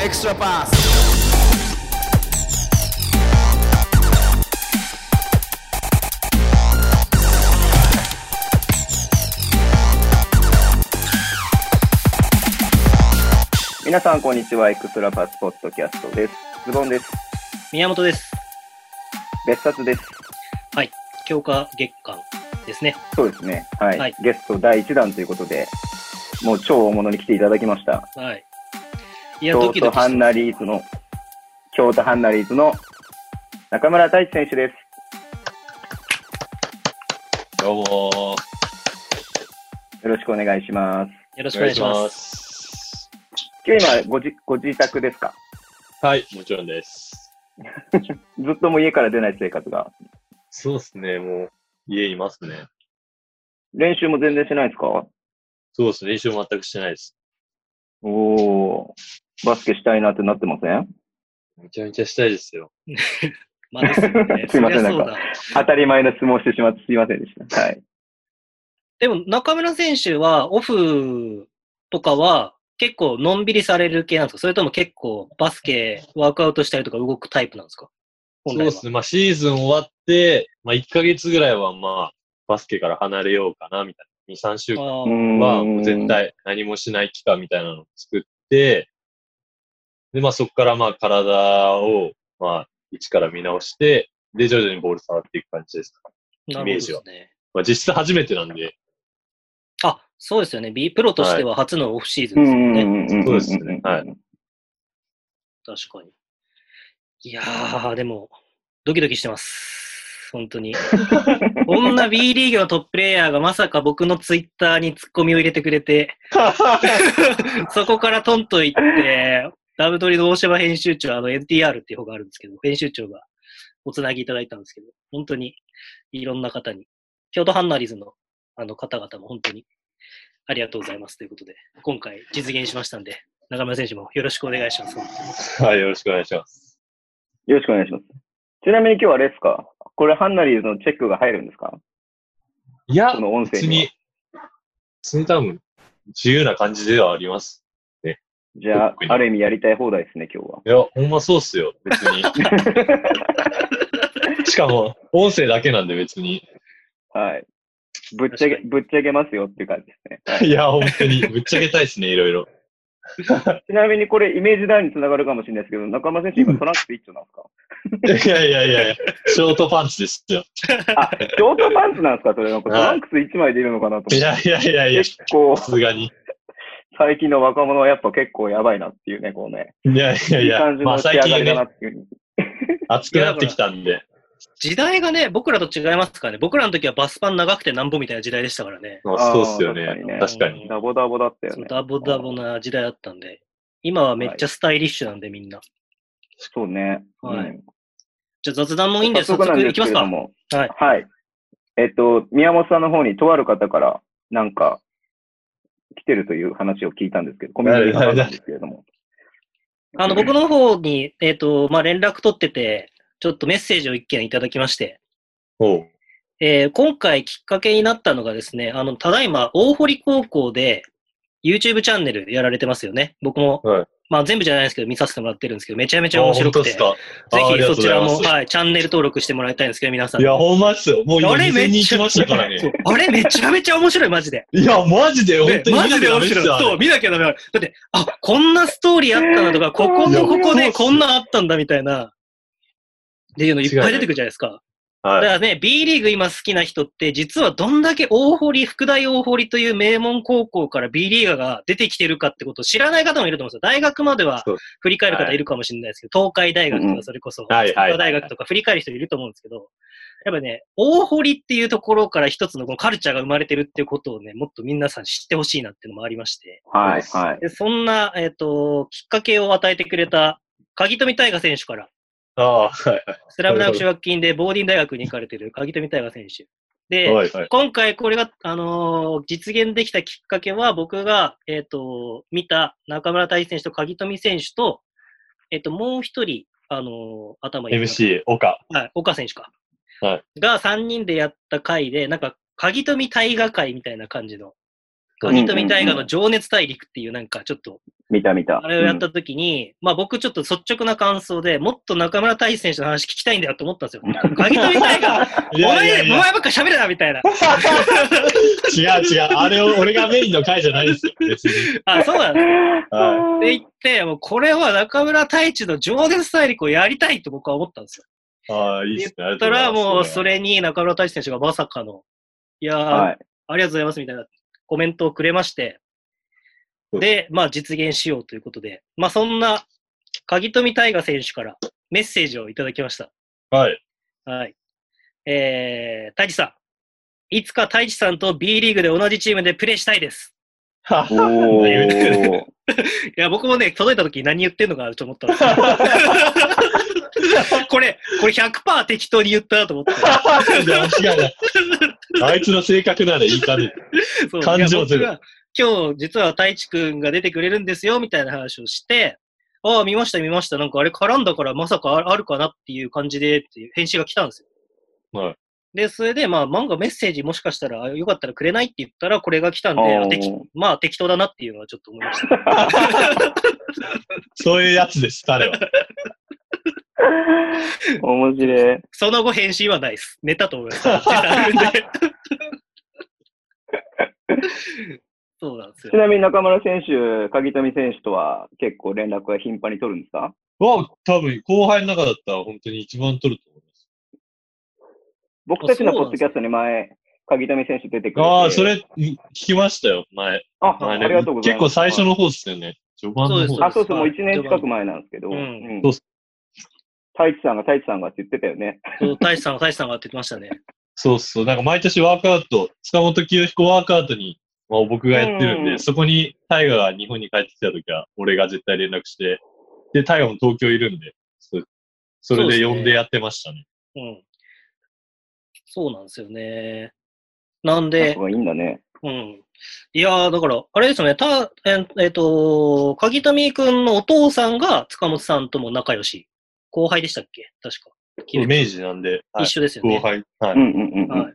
extra pass. 皆さん、こんにちは。エクストラパスポッドキャストです。ズボンです。宮本です。別冊です。強化月間ですね。そうですね。はい。はいゲスト第1弾ということで、もう超大物に来ていただきました。はい。いや、ド京キ都ドキハしンナリーズの、京都ハンナリーズの中村太一選手です。どうもよろしくお願いします。よろしくー。お願いします。す。今日今ごじ、ご自宅ですかはい、もちろんです。ずっともう家から出ない生活が。そうですね、もう、家いますね。練習も全然しないですかそうですね、練習全くしてないです。おー。バスケしたいなってなってません。めちゃめちゃしたいですよ。まあですよね すいませんそりゃそうなだ。当たり前の質問をしてしまってすいませんでした。はい。でも、中村選手は、オフとかは、結構、のんびりされる系なんですかそれとも結構、バスケ、ワークアウトしたりとか動くタイプなんですか本そ来うでは。すね、まあシーズン終わって、まあ1ヶ月ぐらいはまあ、バスケから離れようかな、みたいな。2、3週あ間ーははもう絶。対何もしない期間みたいなのを作って、で、まあそこからまあ体を、まあ、一から見直して、で、徐々にボール触っていく感じです。なるほどイメーでジはすね。まあ実質初めてなん で、あ、そうですよね。B プロとしては初のオフシーズうンですよんね。うんうんんんんそうですねはい。確かに。いやー、でも、ドキドキしてます。本当に。こんな B リーグのトッププレイヤーがまさか僕のツイッターにツッコミを入れてくれて、そこからトンと行って、ダブトリの大島編集長、あの NTR っていう方があるんですけど、編集長がおつなぎいただいたんですけど、本当にいろんな方に、京都ハンナリズのあの方々も本当にありがとうございますということで、今回実現しましたんで、中村選手もよろしくお願いします。はい、よろしくお願いします。よろしくお願いします。ちなみに今日はあれですかこれハンナリーズのチェックが入るんですかいやこ、の音声別にはに、別に多分、自由な感じではあります。じゃあ特、にある意味やりたい放題ですね、今日は。いや、ほんまそうっすよ、別 に。しかも、音声だけなんで別に。はい。ぶっちゃけ確か、ぶっちゃけますよっていう感じですね。いや、本当に、ぶっちゃけたいっすね、いろいろ。ちなみにこれ、イメージダウンにつながるかもしれないですけど、中間選手、今トランクス一丁なんですかいやいやいやいや、ショートパンツですよ。あ、ショートパンツなんですかそれ、なんかトランクス一枚でいるのかなとい思って。やいやいやいや、さ結構、すがに。最近の若者はやっぱ結構やばいなっていうね、こうね。いやいやいいいや感、じまのあ仕最上が近りだなね、っていうふうに。暑くなってきたんで。時代がね、僕らと違いますからね。僕らの時はバスパン長くてなんぼみたいな時代でしたからね。まあそうっすよあー確かにねね。確かに。ダボダボだったよそうね。ダボダボな時代だったんで。今はめっちゃスタイリッシュなんで、みんな。そうね。はいうんじゃあ雑談もいいんで、早早速なん速ですいきけまれすどか。も。はい。はい。えっと、宮本さんの方にとある方から、なんか、来てるという話を聞いたんですけど、コミュニティの方なんですけれども。あの、僕の方に、えっ、と、まあ、連絡取ってて、ちょっとメッセージを一件いただきまして、おう。えー今回きっかけになったのがですね、あの、ただいま、大堀高校で、YouTube チャンネルやられてますよね。僕も、はいまあ、全部じゃないですけど、見させてもらってるんですけど、めちゃめちあゃ面白本当く。ってすか。ぜああひりがとそうごちざいらまも、す。はい、チャンネル登録してもらいたいんですけど、皆さん。いや、ほんまっすよ。もう今、あれめっ2000人ちゃ来ましたからねそ。うあれめちゃめちゃ面白い、マジで。いや、マジで、本ね当にマジで面白い。そそう、見なきゃダメだ。だって、あ、こんなストーリーあったなとか、こことここでこんなあったんだみたいな、っていうのいっぱい出てくるじゃないですか。だかはい。らね、B リーグ今好きな人って、実はどんだけ大堀、福大大堀という名門高校から B リーガーが出てきてるかってことを知らない方もいると思うんですよ。大学まではそう振り返る方いるかもしれないですけど、東海大学とかそれこそ、はいはいはい筑波大学とか振り返る人いると思うんですけど、やっぱね、大堀っていうところから一つのこのカルチャーが生まれてるっていうことをね、もっと皆さん知ってほしいなっていうのもありまして、はい、はい。でそんな、えっ、と、きっかけを与えてくれた、鍵富大河選手から、ああ、はい。スラムダンク奨学金でボーディン大学に行かれてる鍵富大河選手。で、はい、はい。今回これが、あのー実現できたきっかけは、僕が、えっ、と、見た中村大地選手と鍵富選手と、えっ、と、もう一人、あのー頭いい。。 MC、岡。はい、岡選手か。はが3人でやった回で、なんか、鍵富大河会みたいな感じの鍵富大河の情熱大陸っていうなんかちょっと、見た見た。あれをやっうた時に、まあ僕ちょっと率直な感想で、もっと中村大志選手の話聞きたいんだよって思ったんですよ。鍵富大河、 いお前、おやいや前いやばっか喋るなみたいな。違う違う。あれを、俺がメインの回じゃないですよ。別 に。あ、そうなんだ。はって言って、もうこれは中村太一の情熱大陸をやりたいと僕は思ったんですよ。ああ、いいっすね。ありそしたがとうございらますもうそ。れに中村太一選手がまさかの、いやー、んはい。ありがとうございますみたいなコメントをくれまして、で、まあ実現しようということで、まあそんな鍵富大河選手からメッセージをいただきました。はい。はい。えー、太一さん。いつか太一さんと B リーグで同じチームでプレーしたいです。はお言うてー。いや、僕もね、届いた時に何言ってんのかなと思 ったんですけどこれ、これ100%適当に言ったなと思って。いや間違いない。あいつの性格ならいい感じ。そう感情ゼロいや僕が今日、実は太一くんが出てくれるんですよ、みたいな話をして、ああ、見ました、見ました。なんかあれ絡んだから、まさかああるかなっていう感じで、っていう返信が来たんですよ。はい。で、それで、まあ、漫画メッセージもしかしたら、あよかったらくれないって言ったら、これが来た んおで、ーあ適まあ、適当だなっていうのはちょっと思いました。 そういうやつです、彼は。面白い。その後、返信はないです。寝たと思います。時 差あるんでそうなんですよち。なみに中村選手、鍵富選手とは結構連絡は頻繁に取るんですかは、多分、後輩の中だったら本当に一番取ると思います。僕たちあのそうポなんッドですキねャストに前、鍵富選手出てくれて。ああ、それ、聞きましたよ、前。あ、前あねりがとうござい結ます。構最初の方っすよね。序盤のそう方であ、そうそう、もうはい1年近く前なんですけど、うんうんそうっす太一さんが太一さんがって言ってたよね。そう大志さんは大志さんがって言ってましたね。そうそう。なんか毎年ワークアウト、塚本清彦ワークアウトに、まあ、僕がやってるんで、うんそこに大河が日本に帰ってきた時は、俺が絶対連絡して、で、大河も東京いるんで、そそれで呼んでやってましたね。うん。そうなんですよね。なんで、で、いいんだね。うん。いやー、だから、あれですよね、た、えっ、えっと、鍵富くんのお父さんが塚本さんとも仲良し。後輩でしたっけ確か。イメージなんで、はい一緒ですよ後ね。輩。はうい。んうんうんはい。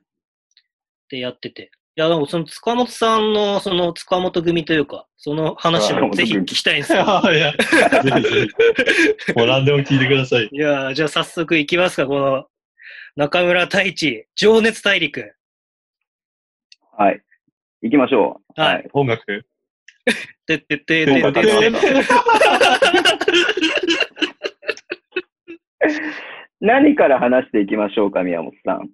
で、やってて。いや、でもその塚本さんの、その塚本組というか、その話もぜひ聞きたいんです よ。 いや、ぜひぜひ。もう何でも聞いてください。いやー、じゃあ早速いきますか、この、中村太一、情熱大陸。うん。はい。行きましょう。はい。音楽てってって音てっ楽てがって。何から話していきましょうか、宮本さん。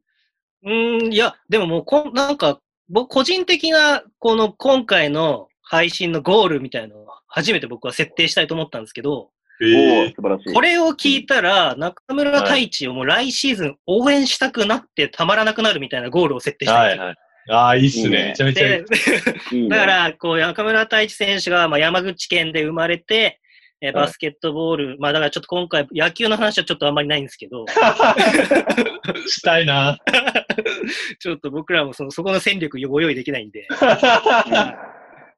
うーん、いや、でももうこん、なんか、僕、個人的な、この今回の配信のゴールみたいのを初めて僕は設定したいと思ったんですけど、えおお、ー素晴らしい。これを聞いたら、中村太一をもう来シーズン応援したくなってたまらなくなるみたいなゴールを設定したんはでいはい。ああ、いいっすいいね。ねめちゃめすちゃいいよ。。で、いいねだか、ら、こう、中村太一選手が、まあ、山口県で生まれて、えーはいバスケットボール、まあ、だからちょっと今回、野球の話はちょっとあんまりないんですけ ど、したいな。ちょっと僕らもそのそこの戦力ご用意できないんで、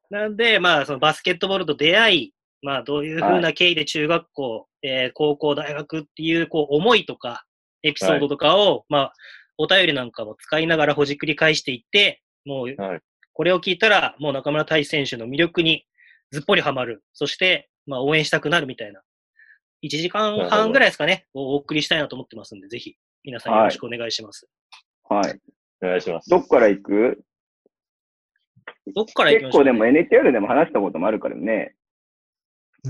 なんで、まあ、そのバスケットボールと出会い、まあ、どういうふうな経緯で中学校、えー高校、大学っていう、こう、思いとか、エピソードとかを、まあ、お便りなんかも使いながらほじくり返していって、もう、はいこれを聞いたら、もう中村大志選手の魅力にずっぽりハマる。そして、まあ、応援したくなるみたいな。1時間なるほ半どぐらいですかね、おお送りしたいなと思ってますんで、ぜひ、皆さんよろしくお願いします。はい。お願いします。どっから行くどっから行き結ましょ構うでも NHR でも話したこともあるからね。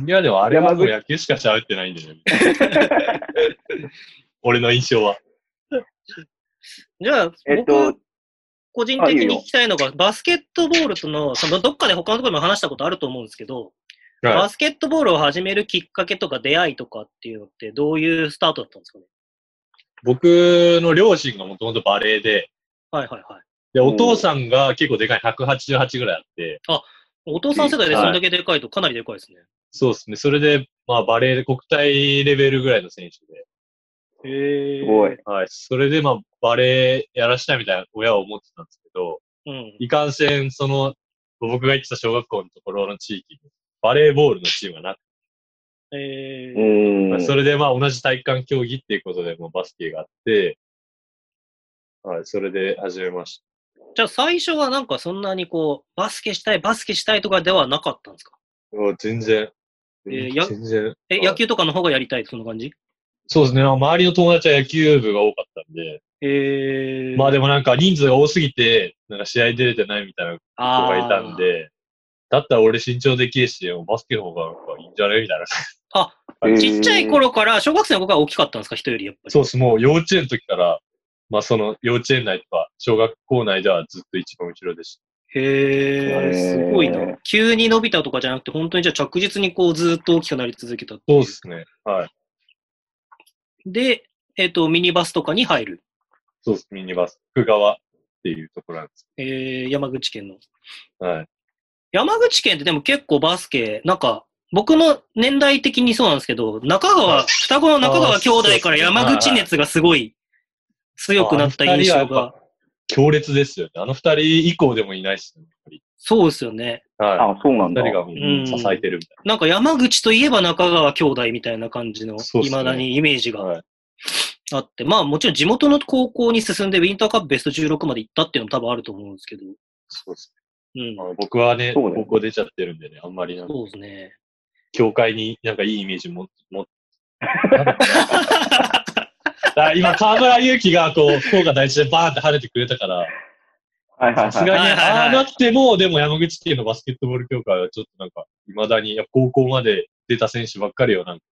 いや、でもあれはもう野球しか喋ってないんだよね。 俺の印象は。じゃあ、えっと僕、、個人あいい的よに聞きたいのが、バスケットボールとの、そのどっかで他のところでも話したことあると思うんですけど、バスケットボールを始めるきっかけとか出会いとかっていうのって、どういうスタートだったんですかね僕の両親がもともとバレーで、はいはいはい。で、おーお父さんが結構でかい、188ぐらいあって、お父さん世代ではいそんだけでかいとかなりでかいですね。そうですね。それで、まあ、バレーで国体レベルぐらいの選手で、へすごい。。はい。それで、まあ、バレーやらしたいみたいな親は思ってたんですけど、うん。いかんせん、その、僕が行ってた小学校のところの地域に、バレーボールのチームがなくて、えー、まうあん。それで、まあ、同じ体育館競技っていうことで、もうバスケがあって、はい、それで始めました。じゃあ最初はなんかそんなにこう、バスケしたい、バスケしたいとかではなかったんですかうわ全然。えーや全然。え、はい野球とかの方がやりたい、その感じそうですね。周りの友達は野球部が多かったんで、えー、まあでも、もなんか人数が多すぎて、なんか試合出れてないみたいな子がいたん。で、だったら俺身長できるし、バスケの方がなんかいいんじゃないみたいな。あ、ちっちゃい頃から、小学生の頃が大きかったんですか、人よりやっぱり。そうです。もう幼稚園の時から、まあその幼稚園内とか、小学校内ではずっと一番後ろでした。へえ、すごいへなー。急に伸びたとかじゃなくて、本当にじゃあ着実にこう、ずっと大きくなり続けたっていそううですね。はい。で、えっ、と、ミニバスとかに入る。そうです。ミニバス。福川っていうところなんです。えー、山口県の。はい。山口県ってでも結構バスケ、なんか、僕の年代的にそうなんですけど、中川、はい双子の中川兄弟から山口熱がすごい強くなった印象あの二人はやっが。ぱ強烈ですよね。あの二人以降でもいないですね。やっぱりそうですよね。は。あ、そうないん二だ。人がもううん支えてるみたいなんか山口といえば中川兄弟みたいな感じの、そうっすね未だにイメージな。がはい。あって、まあもちろん地元の高校に進んでウィンターカップベスト16まで行ったっていうのも多分あると思うんですけど、そうですうんね。。まあ僕はね、そうだよね高校出ちゃってるんでね、あんまりなんか、そうですね。教会になんかいいイメージも、も、なんだろうなだ から今、河村勇輝がこう、福岡第一でバーンって晴れてくれたから、はいはいさすはい。がに、はいはいはいああなっても、でも山口県のバスケットボール協会はちょっとなんか、未だにいや高校まで出た選手ばっかりをなんか、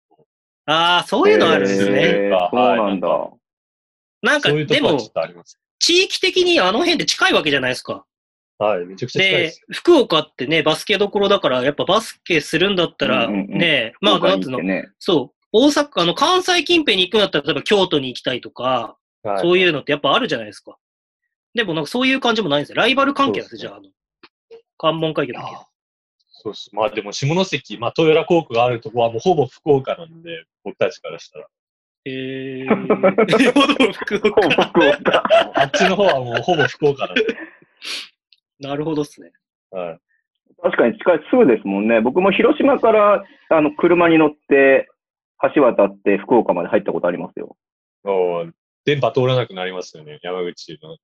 ああ、そういうのあるんですね。へーそうなんだ。なんか、そういうとでこはちょもっ、とあります。地域的にあの辺って近いわけじゃないですか。はい、めちゃくちゃ近いでで、す。福岡ってね、バスケどころだから、やっぱバスケするんだったら、うんうんうんね、まあ、福岡なんにつう行っのて、ね。そう、大阪、あの、関西近辺に行くんだったら、例えば京都に行きたいとか、はい、そういうのってやっぱあるじゃないですか。でも、なんかそういう感じもないんですよ。ライバル関係なんですよ、じゃあ、あの、関門海峡だけ。そうっす。まあでも、下関、まあ、豊良高校があるとこはもうほぼ福岡なんで、僕たちからしたら。 えー、ほど福ほぼ岡。福岡。あっちの方はもうほぼ福岡なんで。 なるほどっすね。はい。確かに近い、すぐですもんね。僕も広島から、あの、車に乗って、橋渡って福岡まで入ったことありますよ。もう電波通らなくなりますよね、山口の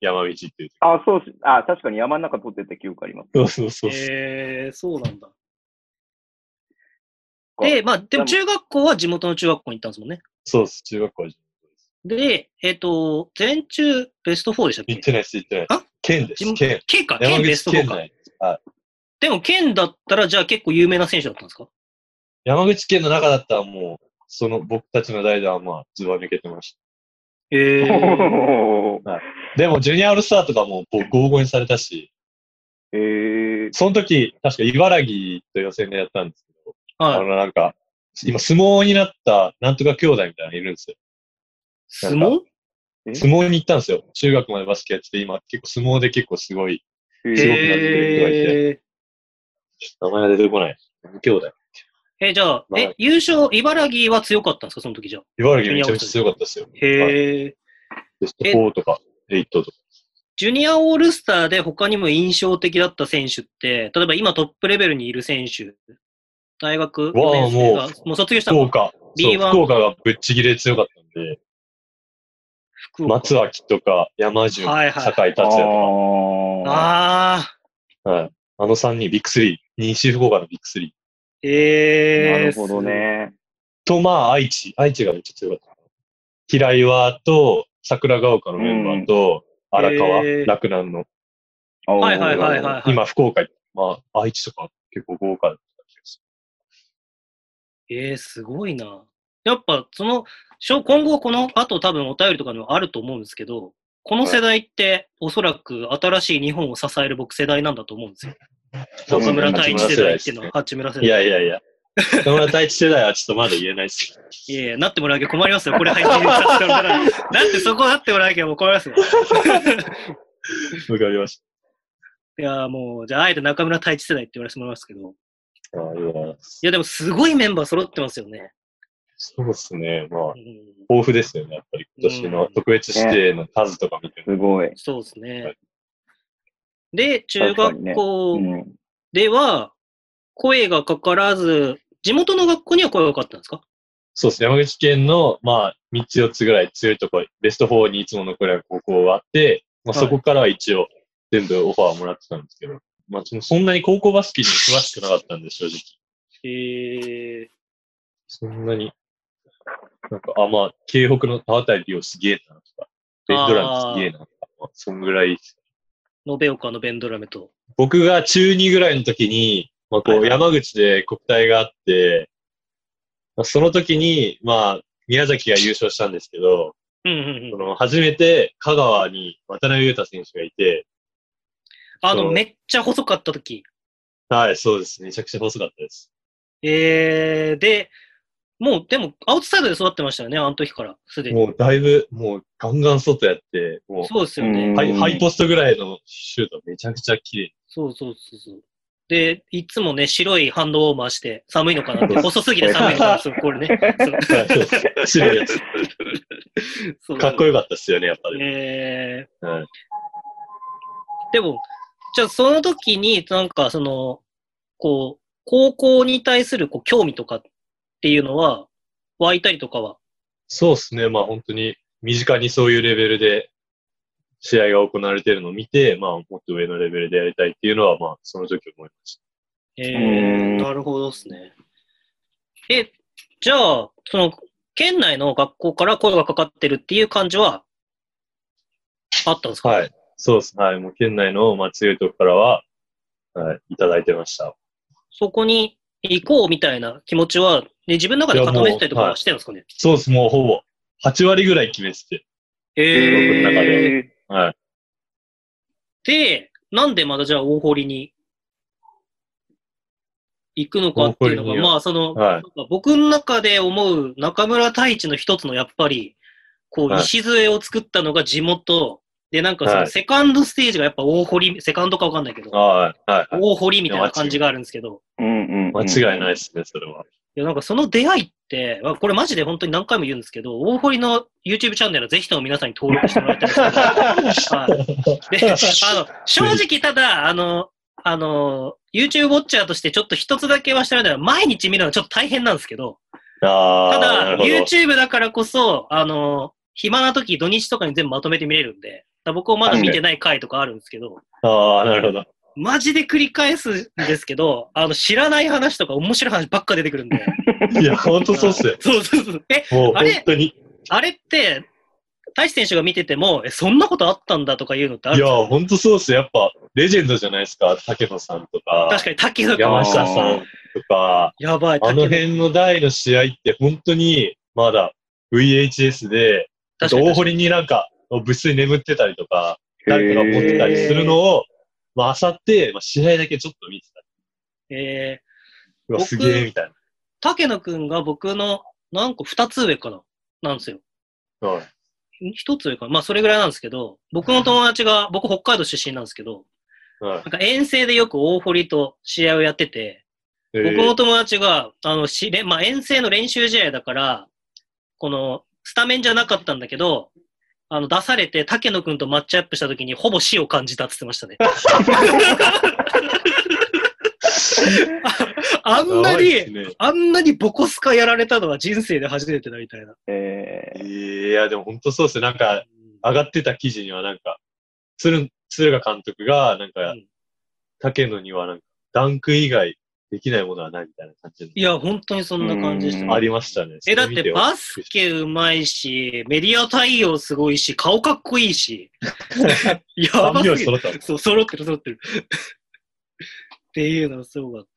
山道っていうあ、そうし、あ、確かに山の中通ってた記憶あります。と。そうそうそう。えー、そうなんだ。か で、まあ、でも中学校は地元の中学校に行ったんですもんね。そうっす、中学校はで、えっ、と、全中ベスト4でしたっけ行ってないです、行ってないですあ。県で地す、元県。県か、山県ベスト口県4か。内。でも県だったら、じゃあ結構有名な選手だったんですか山口県の中だったらもう、その僕たちの代ではまあ、ずば抜けてましえ た。でも、ジュニアオールスターとかも、こう、合合にされたし、えー、その時、確か茨城と予選でやったんですけど、あはい。の、なんか、今、相撲になった、なんとか兄弟みたいなのいるんですよ。相撲え相撲に行ったんですよ。中学までバスケやってて、今、結構相撲で結構すごい、えすごくなってえー名前が出てこない。兄弟。え、じゃあ、まえあ、優勝、茨城は強かったんですかその時じゃあ。茨城めちゃめちゃ強かったですよ。へえ。ベスト4とか、8とか。ジュニアオールスターで他にも印象的だった選手って、例えば今トップレベルにいる選手、大学わあ四年生がももう卒業した福のか岡。そう、 B1 福岡がぶっちぎれ強かったんで、福岡松脇とか山順、はいはい酒井達あ也とか、ーあはい、あの3人、ビッグ3、西福岡のビッグ3ー、えー、なるほどね。と、まあ、愛知、愛知がめっちゃ強かった。平岩と桜ヶ丘のメンバーと、うん荒川、へー洛南の、はいはいはいはい今、福岡、まあ、愛知とか結構豪華だった気がしええすごいな。やっぱ、その、しょ今後この後多分お便りとかにもあると思うんですけど、この世代っておそらく新しい日本を支える僕世代なんだと思うんですよ。ます。うん中村太一世代っていうのは、ね八村世代。いやいやいや。中村太一世代はちょっとまだ言えないですけど。いやいやなってもらうけど困りますよ。これ配信させてもらったら。だってそこなってもらうけどもう困りますよ。わかりましいやー、もう、じゃあ、あえて中村太一世代って言われてもらいますけど。た。あありがとうございますいや、でもすごいメンバー揃ってますよね。そうですね。まあう、ん、豊富ですよね。やっぱり今年の特別指定の数とか見てもすごい。そうですね。はいで、中確かに学ね校、うんでは、声がかからず、地元の学校には声がかかったんですかそうですね、山口県の、まあ、3つ4つぐらい強いところ、ベスト4にいつも残るような高校があって、まあ、はいそこからは一応、全部オファーもらってたんですけど、まあ、そのそんなに高校バスケに詳しくなかったんで、正直。へえそんなに、なんか、あ、まあ、京北の田渡りをすげえなとか、ベンドラムすげえなとか、まあ、そんぐらい。延岡のベンドラムと。僕が中2ぐらいの時に、まあ、こはう、いは山口で国体があって、まあ、その時に、まあ、宮崎が優勝したんですけど、うんうんうそん。の、初めて香川に渡辺裕太選手がいて、あの、そうめっちゃ細かった時。はい、そうです。めちゃくちゃ細かったです。えー、で、もう、でも、アウトサイドで育ってましたよね、あの時から、すでに。もうだいぶ、もうガンガン外やって、もそうですようねう、ん。ハイハイポストぐらいのシュートめちゃくちゃ綺麗。そうそうそうそう。で、いつもね、白いハンドウォーマーして、寒いのかなって、細すぎて寒いのかな、そうこれ ね。はい白いやつ。そうかっこよかったっすよね、やっぱり。えーはいでも、じゃあその時に、なんかその、こう、高校に対するこう興味とかっていうのは、湧いたりとかは。そうですね、まあ本当に身近にそういうレベルで試合が行われてるのを見て、まあもっと上のレベルでやりたいっていうのは、まあその時思いましえんなるほどですね。え、じゃあ、その、県内の学校から声がかかってるっていう感じは、あったんですかた。はい。そうです。はい。もう県内の、まあ、強いとこからは、はい、いただいてました。そこに行こうみたいな気持ちは、ね、自分の中で固めてたりとかいやもうはしてるんですかねそうです。もうほぼ8割ぐらい決めてて。え僕の中でえはい。で、なんでまだじゃあ大堀に行くのかっていうの大が、濠にはまあその、はい。僕の中で思う中村太一の一つのやっぱり、こう、はい礎を作ったのが地元、で、なんかそはのいセカンドステージがやっぱ大堀、セカンドかわかんないけど、はい。はい。大堀みたいな感じがあるんですけど、うんうんうん。間違いないい。ですね、それは。いや、なんかその出会いって、まあこれマジで本当に何回も言うんですけど、大堀の YouTube チャンネルはぜひとも皆さんに登録してもらいたいんですけど、 はい。で、あの、正直ただ、あの、あの、YouTube ウォッチャーとしてちょっと一つだけはしてるのは、毎日見るのはちょっと大変なんですけど、あたあ、なだ、るほど。 YouTube だからこそ、あの、暇な時、土日とかに全部まとめて見れるんで、だから僕もまだ見てない回とかあるんですけど、ああ、なるほど。マジで繰り返すんですけど、あの、知らない話とか面白い話ばっか出てく るんで。いや、ほんとそうっすよ。そうそうそう。え、もうあ本れ当に。いあれって、大志選手が見てても、え、そんなことあったんだとかいうのってあるんでやす、ほんとそうっすよ。やっぱ、レジェンドじゃないですか。竹野さんとか、か確かに、竹野山君。下さんとか、やばい、あ野の辺の台の試合って本当に、まだ VHS で、確かに大堀になんか、物質に眠ってたりとか、誰かが持ってたりするのを。を、まあ、あさって、まあ、試合だけちょっと見てたり。えー、うわ、僕すげえ、みたい竹野くんが僕の、何個、二つ上かななんですよ。な。はい。一つ上かなまあ、それぐらいなんですけど、僕の友達が、僕北海道出身なんですけど、なはいんか遠征でよく大堀と試合をやってて、え僕ーの友達が、あの、しれまあ、遠征の練習試合だから、この、スタメンじゃなかったんだけど、あの、出されて、竹野くんとマッチアップした時に、ほぼ死を感じたって言ってま したね。ああんなやばいっすに、ねあんなにボコスカやられたのは人生で初めてだみたいな。ええいや、でも本当そうっすよ。なんか、上がってた記事にはなんか、鶴、鶴賀監督が、なんか、うん竹野にはなんか、ダンク以外できないものはないみたいな感じのいや、本当にそんな感じでしたうん。ねありましたね。え、だっそれ見てはバスケうまいし、メディア対応すごいし、顔かっこいいし。 やば三すぎ拍子る。揃ったんです。 そう、揃ってる揃ってる。っていうのがすごかった。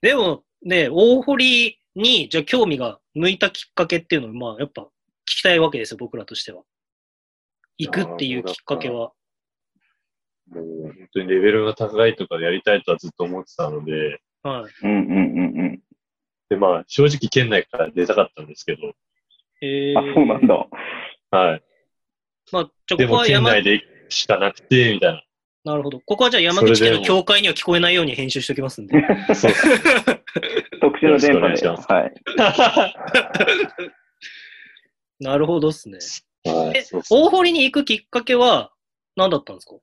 でもね、大堀に、じゃあ興味が向いたきっかけっていうのは、まあやっぱ聞きたいわけですよ、僕らとしては。行くっていうきっかけは。もう本当にレベルが高いとかでやりたいとはずっと思ってたので、はい。うんうんうんで、まあ、正直県内から出たかったんですけど、えうん。あ、そうなんだ。はい。まあ、じゃあでここもは県山、内でしかなくて、みたいなるほど。ここはじゃあ山口県の教会には聞こえないように編集しておきますん で。な。そう。特殊な電波で。よろしはい。 はなるほどっすね。いえそう、そう大堀に行くきっかけは何だったんですか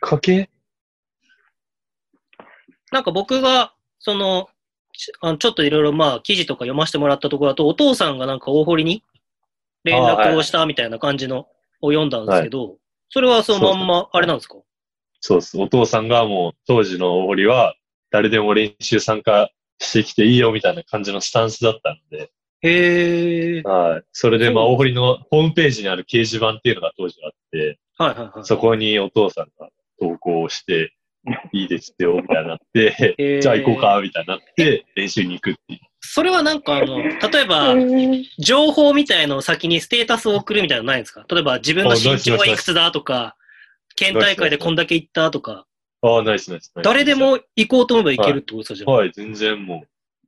かけなんか僕が、その、ちあのちょっといろいろまあ記事とか読ませてもらったところだと、お父さんがなんか大堀に連あーは絡いをしたみたいな感じのを読んだんですけど、それはそのまんま、あれなんですかそうです。お父さんがもう当時の折は誰でも練習参加してきていいよみたいな感じのスタンスだったので、へえ。はい。それでまあそう大堀のホームページにある掲示板っていうのが当時あって、はいはいはい。そこにお父さんが投稿して、いいですよみたいになって、へーじゃあ行こうかみたいになって練習に行くっていう。それはなんかあの、例え ば、情報みたいのを先にステータスを送るみたいなのないんですか例えば自分の身長はいくつだとか、県大会でこんだけ行ったとか、ああ、ナイスナイス。ナイス誰でも行こうと思えば行けるってことですよじゃん。はい、全然も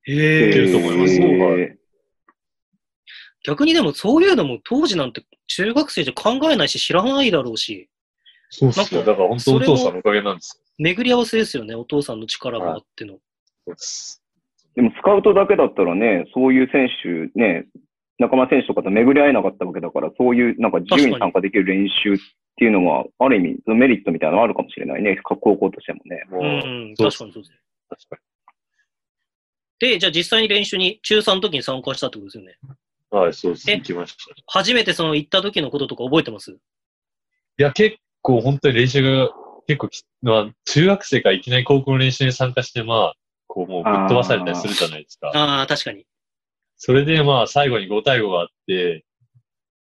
へいけるとえ。思いますえ逆にでもそういうのも当時なんて中学生じゃ考えないし知らないだろうし、う。そうっすよ。なんかだから本当お父さんのおかげなんです巡り合わせですよね、お父さんの力もあっての。よ。ーでもスカウトだけだったらね、そういう選手、ね、仲間選手とかと巡り合えなかったわけだから、そういうなんか自由に参加できる練習っていうのは、ある意味、メリットみたいなのあるかもしれないね、高校としてもね。もうう、ん、そ確うっすかにそうですね。確かで、じゃあ実際に練習に中3の時に参加したってことですよね。に。はい、そうです。え行きました。初めてその行った時のこととか覚えてますいや、結構本当に練習が、結構き、まあ、中学生からいきなり高校の練習に参加して、まあ、こうもうぶっ飛ばされたりするじゃないですか。ああ、確かに。それでまあ、最後に5対5があって、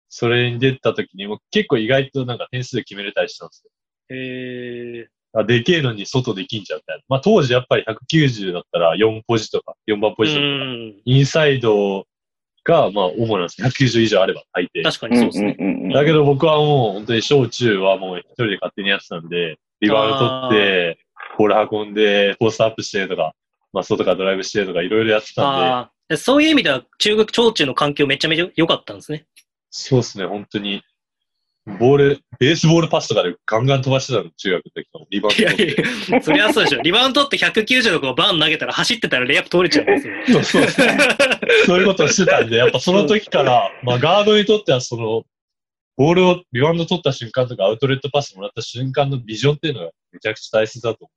それに出た時にもう結構意外となんか点数決めれたりしたんですよ。へえ。あでけえのに外できんじゃんみたいな。まあ当時やっぱり190だったら4ポジとか、4番ポうジとか、ん。インサイドがまあ主なんです。190以上あれば大抵。確かにそうですね。うんだけど僕はもう本当に小中はもう一人で勝手にやってたんで、リバウンド取って、ボール運んで、ポストアップしてとか、まあ外からドライブしてとかいろいろやってたんで、ああ、そういう意味では中学、長中の環境めちゃめちゃ良かったんですね。そうですね、本当に。ボール、ベースボールパスとかでガンガン飛ばしてたの、中学の時とかも。リバウンいドや取っいて。や、そりゃそうでしょ。リバウンドって190とかをバン投げたら走ってたらレイアップ取れちゃうんですよ。そうそうそういうことをしてたんで、やっぱその時から、まあガードにとってはその、ボールをリバウンド取った瞬間とかアウトレットパスもらった瞬間のビジョンっていうのがめちゃくちゃ大切だと思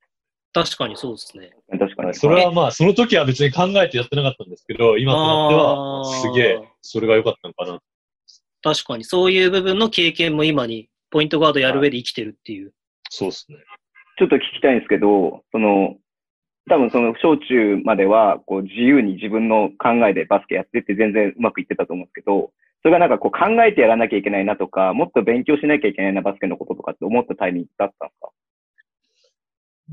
確かにそうですね。確かう。に。それはまあ、その時は別に考えてやってなかったんですけど、今となっては、すげえ、それが良かったのかな。確かにそういう部分の経験も今に、ポイントガードやる上で生きてるっていう。そうですね。ちょっと聞きたいんですけど、その、多分その小中までは、こう自由に自分の考えでバスケやってて全然うまくいってたと思うんですけど、それがなんかこう考えてやらなきゃいけないなとか、もっと勉強しなきゃいけないなバスケのこととかって思ったタイミングだったんですか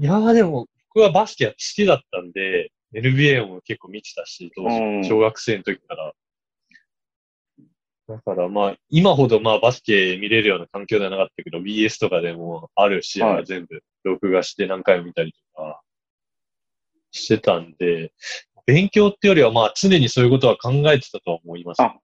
いやーでも、僕はバスケが好きだったんで、NBA も結構見てたし、当うん時、小学生の時から。だからまあ、今ほどまあバスケ見れるような環境ではなかったけど、BS とかでもある試合ははい全部録画して何回も見たりとかしてたんで、勉強ってよりはまあ常にそういうことは考えてたとは思います。あ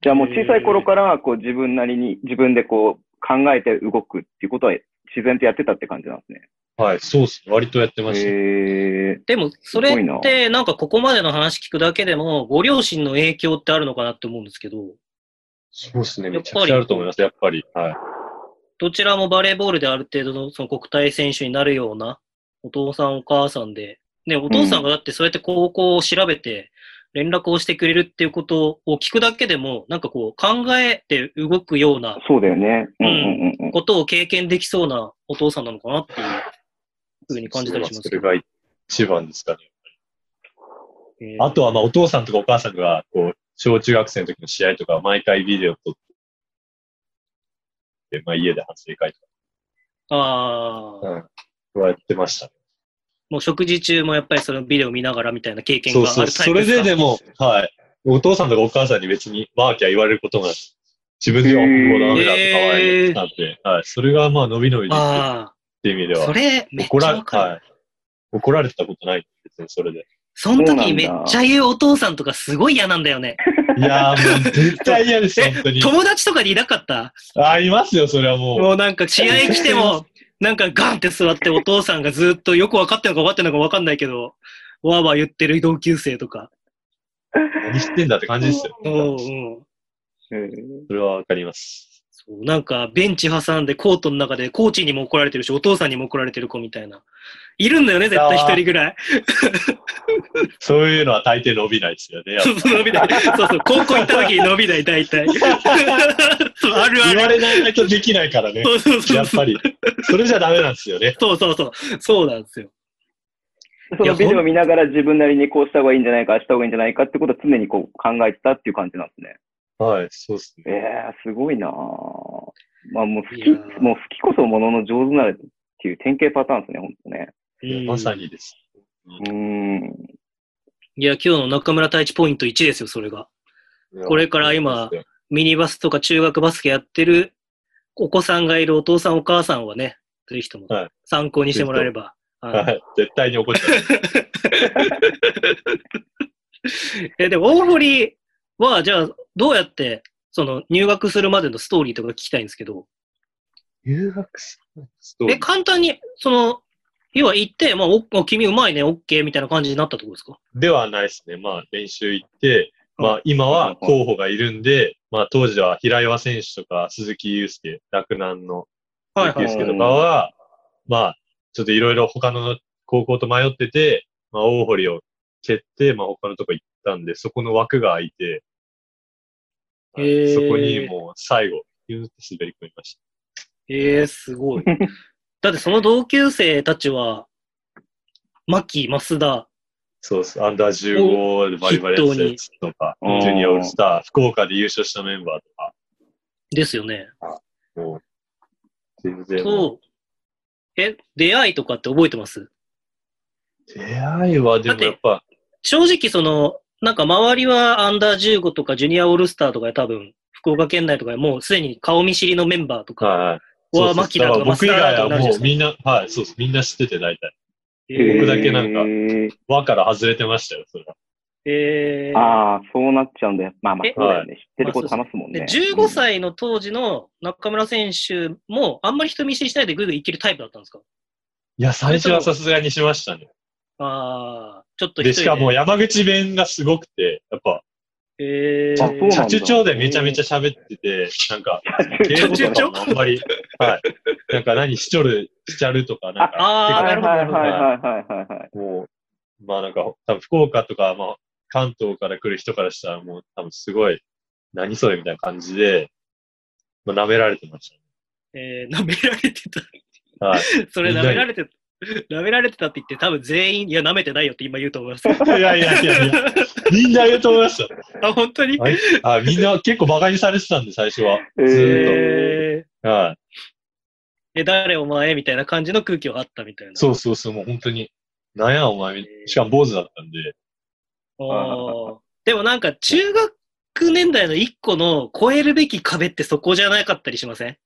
じゃあもう小さい頃から、こう自分なりに、自分でこう考えて動くっていうことは自然とやってたって感じなんですね。はい、そうっすね。割とやってました。へえでも、それって、なんかここまでの話聞くだけでも、ご両親の影響ってあるのかなって思うんですけど、そうですね。やっぱりめちゃくちゃあると思います。やっぱり。はい。どちらもバレーボールである程度のその国体選手になるようなお父さんお母さんで、ね、お父さんがだってそうやって高校を調べて連絡をしてくれるっていうことを聞くだけでも、なんかこう考えて動くようなそうだよね。うんうんうんうん。ことを経験できそうなお父さんなのかなっていうふうに感じたりしますそれけど。が一番ですかね。えーあとは、まあ、お父さんとかお母さんが、こう、小中学生の時の試合とか、毎回ビデオ撮って、まあ、家で反省会とあーか、うん、はやってました。もう食事中もやっぱりそのビデオ見ながらみたいな経験そうがあそう。るタイそプでれすかででも、はい。お父さんとかお母さんに別に、ワーキャー言われることがなく、自分では、へこーうダメだとかは言ってたんで、はい。それが、まあ、伸び伸びできてっあていう意味であ、そは、れめっ怒ちゃらわ、かる。はい。怒られてたことない。別にそれで。その時めっちゃ言うお父さんとかすごい嫌なんだよね。いやー、もう絶対嫌です、本当に。友達とかでいなかったあ、いますよ、それはもう。もうなんか試合来ても、なんかガンって座ってお父さんがずっとよく分かってるのか分かってるのか分かんないけど、わーわー言ってる同級生とか。何してんだって感じですよ。うんうん。へーそれはわかります。そうなんか、ベンチ挟んでコートの中でコーチにも怒られてるし、お父さんにも怒られてる子みたいな。いるんだよね、絶対一人ぐらい。そういうのは大抵伸びないですよね。やっぱそうそう、伸びない。そうそう、高校行った時に伸びない、大体。 そう、あるあ言わる。れないとできないからね。そうそうそやうっ。ぱり。それじゃダメなんですよね。そうそうそう。そうなんですよ。そのビデほオん見ながら自分なりにこうした方がいいんじゃないか、ああした方がいいんじゃないかってことを常にこう考えてたっていう感じなんですね。はい、そうですえね。えすごいなぁまあもう好いきやー、もう好きこそものの上手なるっていう典型パターンですね、ほんとね。うんまさにです。うーん。いや、今日の中村太一ポイント1ですよ、それが。これから今ミニバスとか中学バスケやってるお子さんがいるお父さんお母さんはね、ぜひともはい参考にしてもらえれば。はいはい、絶対に怒っちゃう。え、でも大堀は、じゃあ、どうやって、その入学するまでのストーリーとか聞きたいんですけど、 留学するえ、簡単に、その、要は行って、まあ、おお君うまいね、オッケーみたいな感じになったってことですかではないですね。まあ、練習行って、まあ、今は候補がいるんで、まあ、当時は平岩選手とか鈴木祐介、洛南のはいはいですけど、場は、まあ、ちょっといろいろ他の高校と迷ってて、まあ、大堀を蹴って、まあ、他のとこ行ったんで、そこの枠が空いて、へーそこにもう最後、ゆーって滑り込みましええすごい。だってその同級生たちは、牧、増田、た。そうです。アンダー15でバリバリやってたやつとか、ジ筆頭にュニアオールスター、福岡で優勝したメンバーとか、ですよね。もう、全然もうと、え、出会いとかって覚えてます出会いはでもやっぱ、正直その、なんか周りはアンダー15とかジュニアオールスターとかで多分、福岡県内とかでもうすでに顔見知りのメンバーとかはい。は、そう牧だとからか僕以増田だとか外なるはじゃもなういでみんな、はい、そうです。みんな知ってて大体。す僕か。だけなんかへー輪から外れてましたよ、それは。えーああ、そうなっちゃうんだよ。まあまあえ、そうだよね。知ってること話すもんねで。15歳の当時の中村選手も、あんまり人見知りしないでぐいぐいいけるタイプだったんですかいや、最初はさすがにしましたね。ああ、ちょっと一で、人しかも山口弁がすごくて、やっぱ、えあそうなんだ茶中町でめちゃめちゃ喋ってて、なんか、うん。英語中と町かもあんま り、はい。なんか何、しちょる、しちゃるとか、なんあはーいなはいるほか、どはいなはるいほどはいはいはい。結構もう、まあなんか、多分福岡とか、まあ、関東から来る人からしたら、もう多分すごい、何それみたいな感じで、まあ、舐められてましえー、舐められてた。た。はい。それ舐められてた。舐められてたって言って、多分全員、いや、舐めてないよって今言うと思います。い やいやいやいや、みんな言うと思いました。あ、本当にはいあみんな結構馬鹿にされてたんで、最初は。えーずーっえーと。はい。え、誰お前みたいな感じの空気はあったみたいな。そうそうそう、もう本当に。なんや、お前。しかも坊主だったんで。あーでもなんか、中学年代の一個の超えるべき壁ってそこじゃなかったりしません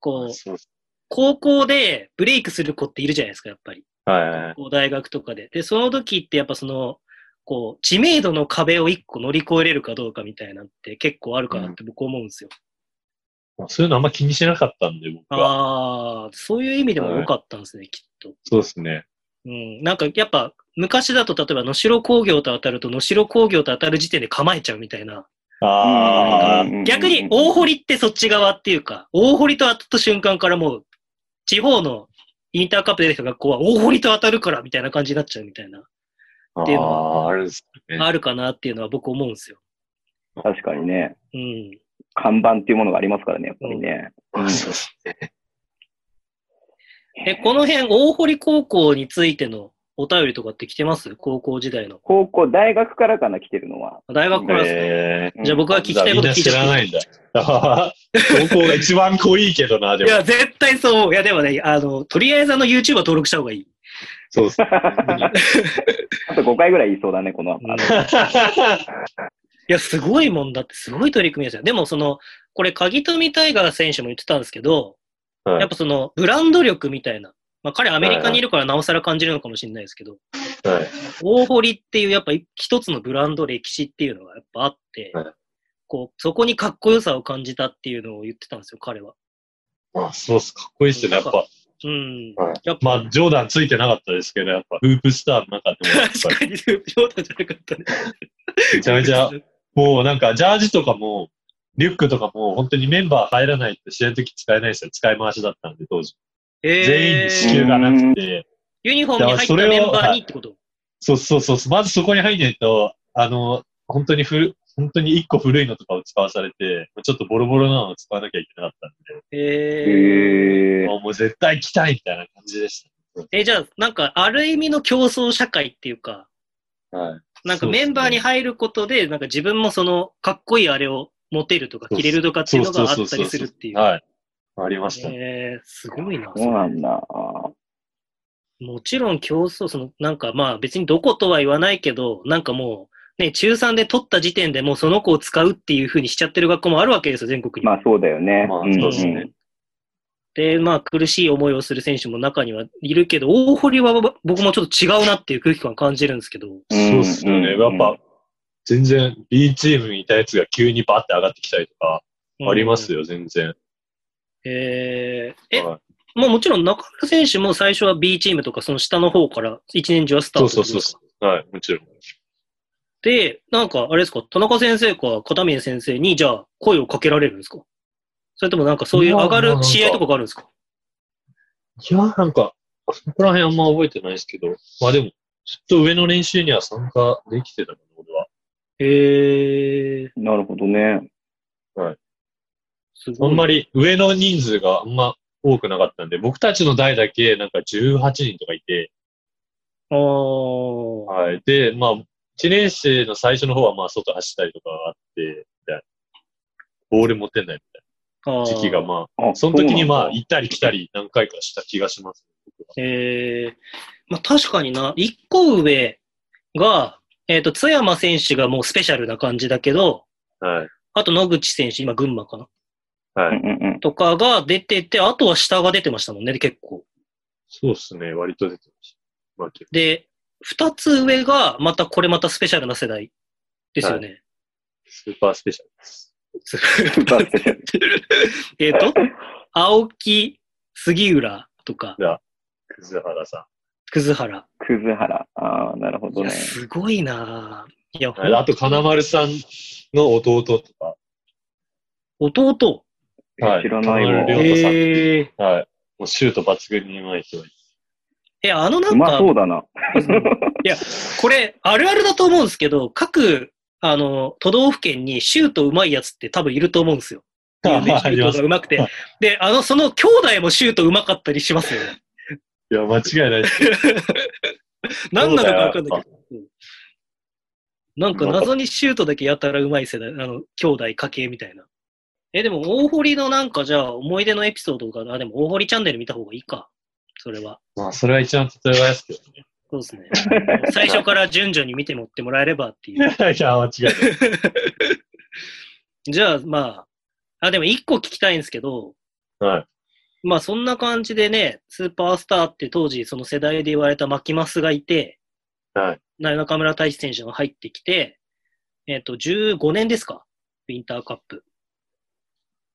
こう、そうそ高校でブレイクする子っているじゃないですか、やっぱり。うはいはいはい。こう大学とかで。で、その時ってやっぱその、こう、知名度の壁を一個乗り越えれるかどうかみたいなって結構あるかなって僕思うんですよ。まあそういうのあんま気にしなかったんで、僕は。ああ、そういう意味でも良かったんですね、きっと。そうですね。うん。なんかやっぱ、昔だと例えば、能代工業と当たると、能代工業と当たる時点で構えちゃうみたいな。あうん逆に、大堀ってそっち側っていうか、大堀と当たった瞬間からもう、地方のインターカップで出てきた学校は、大堀と当たるからみたいな感じになっちゃうみたいな、あ、っていうのああ、あるんですね。あるかなっていうのは僕思うんですよ。確かにね、うん。看板っていうものがありますからね、やっぱりね。うんそうっすえ、この辺、大堀高校についてのお便りとかって来てます高校時代の。高校、大学からかな、来てるのは。大学からですね。ね。うんじゃあ僕は聞きたいみこんとな聞い知ちゃらっないんだ。高校が一番濃いけどな、てでいも。や、絶対そう。いや、でもね、あの、とりあえずあの YouTuber 登録した方がいい。そうですね。あと5回ぐらい言いそうだね、この後。うんいや、すごいもんだって、すごい取り組みですよ。でも、その、これ、鍵富タイガー選手も言ってたんですけど、はいやっぱその、ブランド力みたいな。まあ、彼アメリカにいるからなおさら感じるのかもしれないですけど、はい大堀っていうやっぱ一つのブランド歴史っていうのがやっぱあって、はいこう、そこにかっこよさを感じたっていうのを言ってたんですよ、彼は。まあ、そうっす。かっこいいっすね、やっぱ。うん。はいやっぱ、まあ、ジョーダンついてなかったですけど、やっぱ、フープスターの中でも、やっぱ確かに、冗談じゃなかったね。めちゃめちゃ、もうなんか、ジャージとかも、リュックとかも本当にメンバー入らないって試合の時使えないですよ。使い回しだったんで、当時。えー、全員に支給がなくて。ユニフォームに入ったメンバーにってことそうそうそうそう。まずそこに入んないと、あの、本当に古、本当に一個古いのとかを使わされて、ちょっとボロボロなのを使わなきゃいけなかったえんへで、ーあもう絶対来たいみたいな感じでしー、えじゃあ、なんか、ある意味の競争社会っていうか、た。はい。なんかそうでメすねンバーに入ることで、なんか自分もその、かっこいいあれを持てるとか、そう着れるとかっていうのがあったりするっていう。はい。ありましたね。えー、すごいな。そうなんだ。もちろん競争、その、なんかまあ別にどことは言わないけど、なんかもう、ね、中3で取った時点でもうその子を使うっていうふうにしちゃってる学校もあるわけですよ、全国に。まあそうだよね。まあんそうですねんで、まあ苦しい思いをする選手も中にはいるけど、大堀はぼ僕もちょっと違うなっていう空気感感じるんですけど。そうっすよね。うんやっぱ、全然 B チームにいたやつが急にバーって上がってきたりとか、ありますよ。よ、全然。えー、え、はいまあもちろん中村選手も最初は B チームとかその下の方から一年中はスターそうトそうそうすそるんですかう。はい、もちろん。で、なんかあれですか、田中先生か片峰先生にじゃあ声をかけられるんですかそれともなんかそういうまあ上がまあなんるか試合とかがあるんですかいや、なんか、そこら辺あんま覚えてないですけど、まあでも、ずっと上の練習には参加できてたかな、俺は。へえー、なるほどね。すごあい。んまり上の人数があんま多くなかったんで、僕たちの代だけなんか18人とかいて、あーはい。で、まあ、1年生の最初の方はまあ外走ったりとかがあって、みたいな。ボール持ってないみあー。たいな時期がまあ、あその時にまあ、そうなんだ行ったり来たり何回かした気がします。ええまあ確かにな、一個上が、えっ、と、津山選手がもうスペシャルな感じだけど、はい。あと野口選手、今群馬かなはうい。んうんうんとかが出てて、あとは下が出てましたもんね、結構。そうですね。割と出てました。まあ、結で、二つ上が、またこれまたスペシャルな世代ですよね。構スーパースペシャルです。スーパースペシャル えっと、青木、杉浦とか、葛原さ葛原。葛原。ああ、なるほいどや、ね。すごいなぁいや、ん。はいあと、金丸さんの弟とか。弟。えはい知らないわ金。丸亮太さん。えー、はい。もうシュート抜群にうまい人がいてえ、あのなうんまか、そうだな。いや、これ、あるあるだと思うんですけど、各、あの、都道府県にシュートうまいやつって多分いると思うんですよ。 有名シュートがうまくては。で、あの、その兄弟もシュートうまかったりしますよね。いや、間違いないです。何なのかわかんないけど。そうんなんか謎にシュートだけやたらうまい世代、あの、兄弟家系みたいな。え、でも大堀のなんかじゃあ思い出のエピソードが、あ、でも大堀チャンネル見た方がいいか。それは。まあ、それは一番例え ばですけどね。そうですね。最初から順々に見てもってもらえればっていう。いや、間違いない。じゃあ、まあ、あ、でも一個聞きたいんですけど、はい。まあそんな感じでね、スーパースターって当時その世代で言われたマキマスがいて、はい。な中村大志選手が入ってきて、えっ、と、15年ですかウィンターカップ。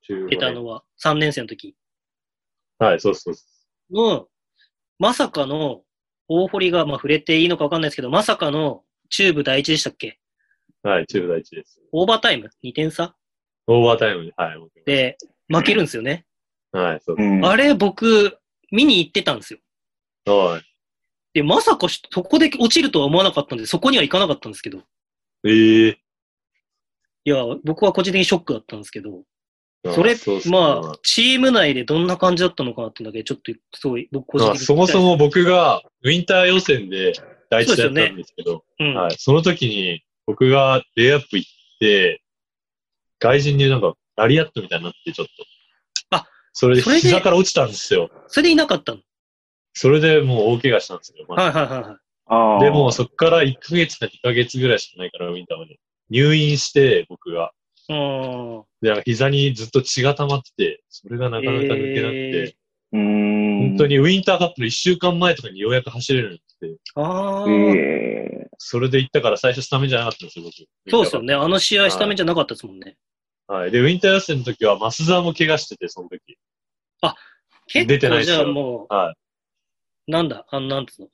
15出たのは3年生の時はい、そうそうその、まさかの、大堀が、まあ触れていいのかわかんないですけど、まさかの中部第一でしたっけう。はい、中部第一です。オーバータイム ?2 点差オーバータイムに、はい、持ってまで、負けるんですよね。すはい、そううでんあれ、僕、見に行ってたんですよ。す。はい。で、まさかしそこで落ちるとは思わなかったんで、そこには行かなかったんですけど。ええいや、僕は個人的にショックだったんですけど、それ、うっすねまあ、チーム内でどんな感じだったのかなっていうだけ、ちょっと、すごい、僕個人ま的あに。そもそ。も僕がウィンター予選で第一だったんですけど、うん。はい、その時に僕がレイアップ行って、外人になんかラリアットみたいになってちょっと。あそれでそれで膝から落ちたんですよ。それでいなかったの。それでもう大怪我したんですよ。まはあいはいはいはい。あーでもそこから1ヶ月か2ヶ月ぐらいしかないから、ウィンターまで。入院して、僕が。うーん。で、膝にずっと血が溜まってて、それがなかなか抜けなくて、うーん。本当にウィンターカップの1週間前とかにようやく走れるようになって、ああ、えそれで行ったから最初スタメンじゃなかったんですよ、僕。そうですよね。ね。あの試合、スタメンじゃなかったですもんね。はい。で、ウィンター予選の時は、増沢も怪我してて、その時。い結出てな構、いですじよゃあもはう、なんだ、あの、なんつうの、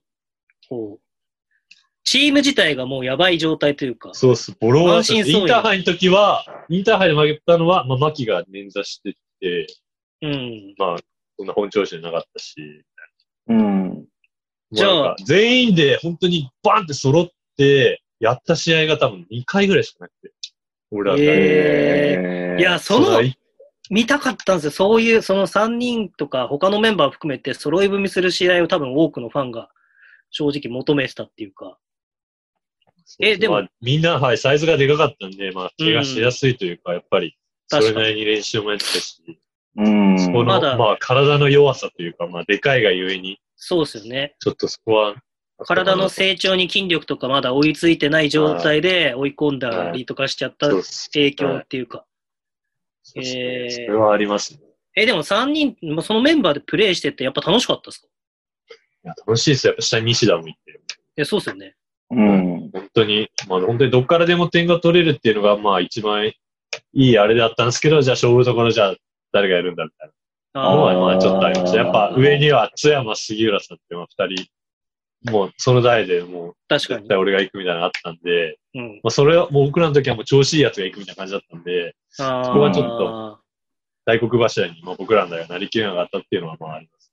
こう、チーム自体がもうやばい状態というか、そうっす。ボロは安心そうよインターハイの時は、インターハイで負けたのは、まあ、牧が捻挫してきて、うん。まあ、そんな本調子じゃなかったし、うん。じゃあもうなんか全員で本当にバンって揃って、やった試合が多分2回ぐらいしかなくて。俺らが、へいや、そそうのだ、い見たかったんですよ。そういう、その3人とか、他のメンバー含めて、揃い踏みする試合を多分多くのファンが、正直求めてたっていうか。えでもまあみんな、はい、サイズがでかかったんで、まあ、怪我しやすいというか、やっぱり、そ確かにれなりに練習もやってたし、うん。そこの、ままだあ、体の弱さというか、まあ、でかいがゆえに、そうですよね。ちょっとそこは、体の成長に筋力とかまだ追いついてない状態で追い込んだりとかしちゃったそうっす影響っていうか。そうっすねえーそれはありますね。え、でも3人、まあそのメンバーでプレイしててやっぱ楽しかったですかいや楽しいですよ。やっぱ下に西田もいて。え、そうですよね。うん。本当に、まあ、本当にどっからでも点が取れるっていうのが、まあ、一番いいあれだったんですけど、じゃあ勝負どころじゃあ誰がやるんだみたいなのあは、ーまあ、ちょっとありました。やっぱ上には津山、杉浦さんって、まあ、二人、もうその代でもう確か絶に。対俺が行くみたいなのあったんで、うん。まあ、それはもう僕らの時はもう調子いいやつが行くみたいな感じだったんで、あそこはちょっと。大黒柱にまあ僕らの代がなりきれなかったっていうのは、まあ、あります。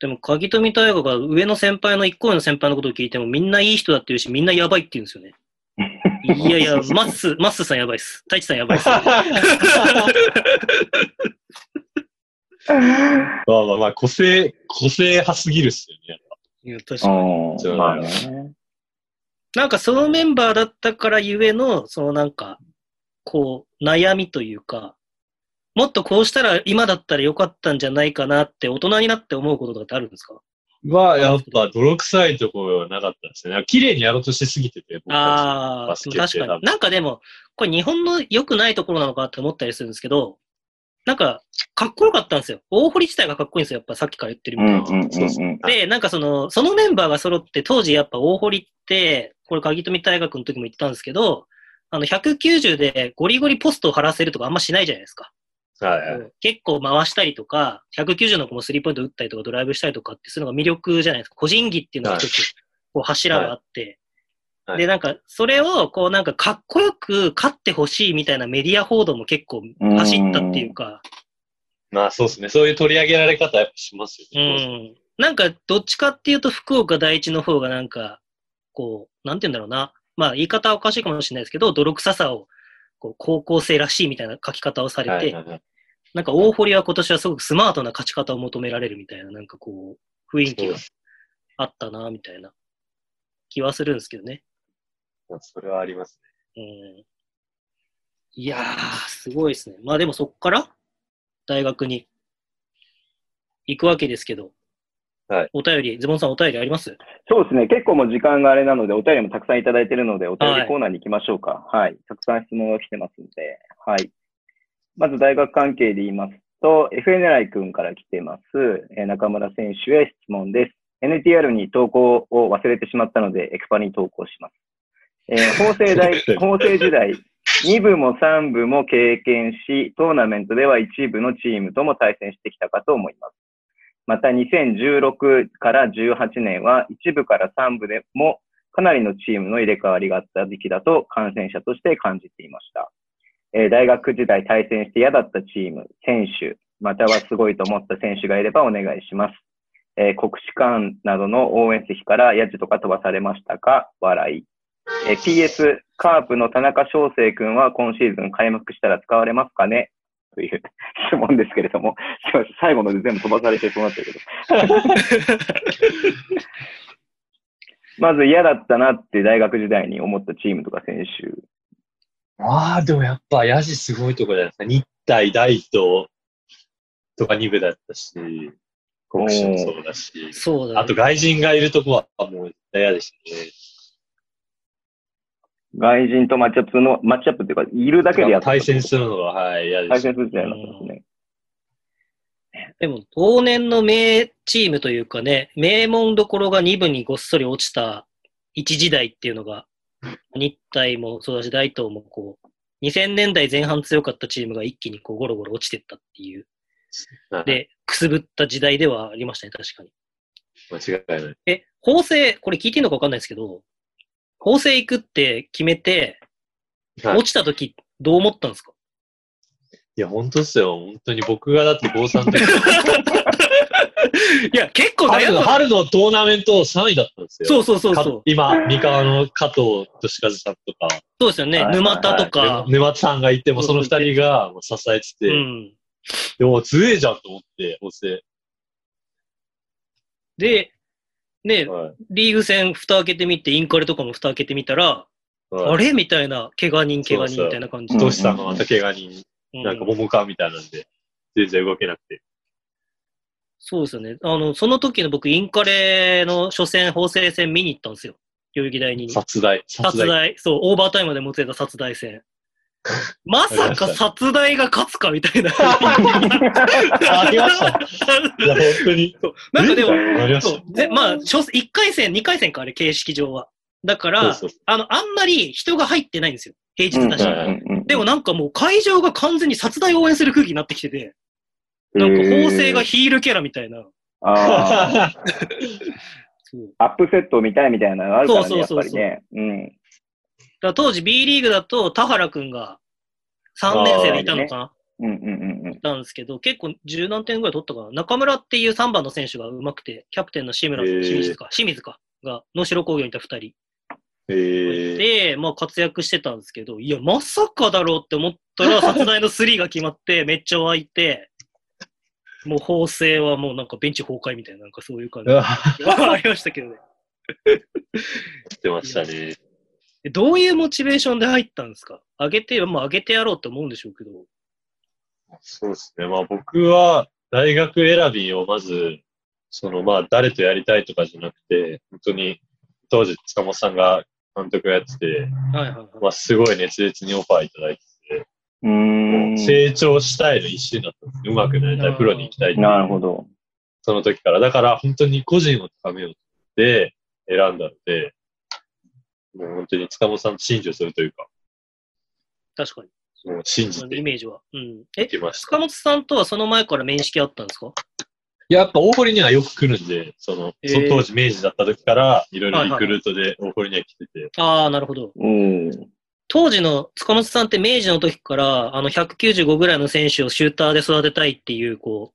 でも、鍵富大吾が上の先輩の一個上の先輩のことを聞いても、みんないい人だって言うし、みんなやばいって言うんですよね。いやいや、マッス、マッスさんやばいっす。太一さんやばいっす。まあまあまあ、個性、個性派すぎるっすよね。いや確かにうん。まあね。なんかそのメンバーだったからゆえの、そのなんか、こう、悩みというか、もっとこうしたら今だったらよかったんじゃないかなって大人になって思うこととかってあるんですかは、やっぱ泥臭いところはなかったですね。綺麗にやろうとしすぎてて、僕たああバスケー、系だ確かに。なんかでも、これ日本の良くないところなのかなって思ったりするんですけど、なんか、かっこよかったんですよ。大堀自体がかっこいいんですよ。やっぱさっきから言ってるうみたいんに。うんうんで、なんかその、そのメンバーが揃って、当時やっぱ大堀って、これ、鍵富大学の時も言ったんですけど、あの、190でゴリゴリポストを張らせるとかあんましないじゃないですか。ち。はいはい。結構回したりとか、190の子もスリーポイント打ったりとかドライブしたりとかってするのが魅力じゃないですか。個人技っていうのが一つ、こう柱があって。はいはいで、なんか、それを、こうなんか、かっこよく勝ってほしいみたいなメディア報道も結構走ったっていうか、まあそうですね。そういう取り上げられ方はやっぱしますうよね。んなんか、どっちかっていうと、福岡第一の方がなんか、こう、なんて言うんだろうな。まあ、言い方はおかしいかもしれないですけど、泥臭さを、こう、高校生らしいみたいな書き方をされて、はいはいはいなんか大堀は今年はすごくスマートな勝ち方を求められるみたいな、なんかこう、雰囲気があったな、みたいな気はするんですけどね。まあそれはありますうん。いやー、すごいですね。まあでもそっから、大学に行くわけですけど、はいお便り、ズボンさんお便りありますそうですね。結構もう時間があれなので、お便りもたくさんいただいてるので、お便りコーナーに行きましょうか。はい。たくさん質問が来てますんで。はい。まず大学関係で言いますと、FNI 君から来てます。えー中村選手へ質問です。NTR に投稿を忘れてしまったので、エクパに投稿します。えー法政大、法政時代、2部も3部も経験し、トーナメントでは1部のチームとも対戦してきたかと思います。また2016から18年は1部から3部でもかなりのチームの入れ替わりがあった時期だと感染者として感じていました。えー大学時代対戦して嫌だったチーム、選手、またはすごいと思った選手がいればお願いします。えー国士舘などの応援席からヤジとか飛ばされましたか笑い。えー PS、カープの田中翔成君は今シーズン開幕したら使われますかねという 質問ですけれども、すいません最後ので全部飛ばされてそうなってるけど。 まず嫌だったなって大学時代に思ったチームとか選手。ね。まあでもやっぱヤジすごいとこじゃないですか。日体大東とか2部だったし、国士もそうだし。そうだ、ね。あと外人がいるとこはもう絶対嫌でしたね。外人とマッチアップの、マッチアップっていうか、いるだけでやって対戦するのが、はい、嫌で対した。戦するじゃなかったですね。でも、往年の名チームというかね、名門どころが2部にごっそり落ちた一時代っていうのが、日体もそうだし、大東もこう、2000年代前半強かったチームが一気にこうゴロゴロ落ちてったっていう。はいで、くすぶった時代ではありましたね、確かに。間違いない。え、法政、これ聞いていいのかわかんないですけど、法制行くって決めて、はい落ちた時どう思ったんですかいや、本当っすよ。本当に僕がだって高3の時、いや、結構悩春んのだ。春のトーナメント3位だったんですよ。そうそうそうそうか。今、三河の加藤俊和さんとか、そうですよね。はい沼田とか。沼田さんがいて、もうそのそうそう二人がもう支えてて、うん。でも強えじゃんと思って、法政。で、ね、はいリーグ戦蓋開けてみて、インカレとかも蓋開けてみたら、はいあれみたいな、怪我人、怪我人みたいな感じでそうトシさんがまた怪我に、うんなんか桃川みたいなんで、全然動けなくて。そうですよね。あの、その時の僕、インカレの初戦、法制戦見に行ったんですよ。代々木第二に。殺害、殺殺害。大、そう、オーバータイムでもつれた殺大戦。まさか殺大が勝つかみたいな。ありま した。いや、本当に。なんかでも、ありまそしう、でまあ、初1回戦、2回戦か、あれ、形式上は。だかた。ら、そうそう。あの、あんまり人が入ってないんですよ。平日だし。うんでもなんかもう会場が完全に殺大を応援する空気になってきてて、ななんか法制がヒールキャラみたいな。あーそうアップセット見たいみたいなのあるからそうね、そやうっぱそうそうりね。うん。だから当時 B リーグだと田原くんが3年生でいたのかな、うんうんうんうんい。たんですけど、結構十何点ぐらい取ったかな。中村っていう3番の選手が上手くて、キャプテンの志村、へー清水か、清水か、が、能代工業にいた2人えー、で、まあ活躍してたんですけど、いや、まさかだろうって思ったら、殺大の3が決まって、めっちゃ湧いて、もう法政はもうなんかベンチ崩壊みたいな、なんかそういう感うわーじがありましたけどね。来てましたね。でどういうモチベーションで入ったんですか上げて、まあ上げてやろうって思うんでしょうけど。そうですね。まあ僕は大学選びをまず、そのまあ誰とやりたいとかじゃなくて、本当に当時塚本さんが監督やってて、はいはいはい。まあすごい熱烈にオファーいただいて、うーん。成長したいの一心だったんです。うまくなりたあーい、プロに行きたいっていうなるほど。その時から。だから本当に個人を高めようって選んだので、もう本当に塚本さんと信条するというか、確かに。もう信そじのてイいメージは。うん。え、きました。塚本さんとはその前から面識あったんですかやっぱ大堀にはよく来るんで、その、えーその当時明治だった時から、いろいろリクルートで大堀には来てて、ああ、なるほど。おー当時の塚本さんって明治の時から、あの、195ぐらいの選手をシューターで育てたいっていう、こ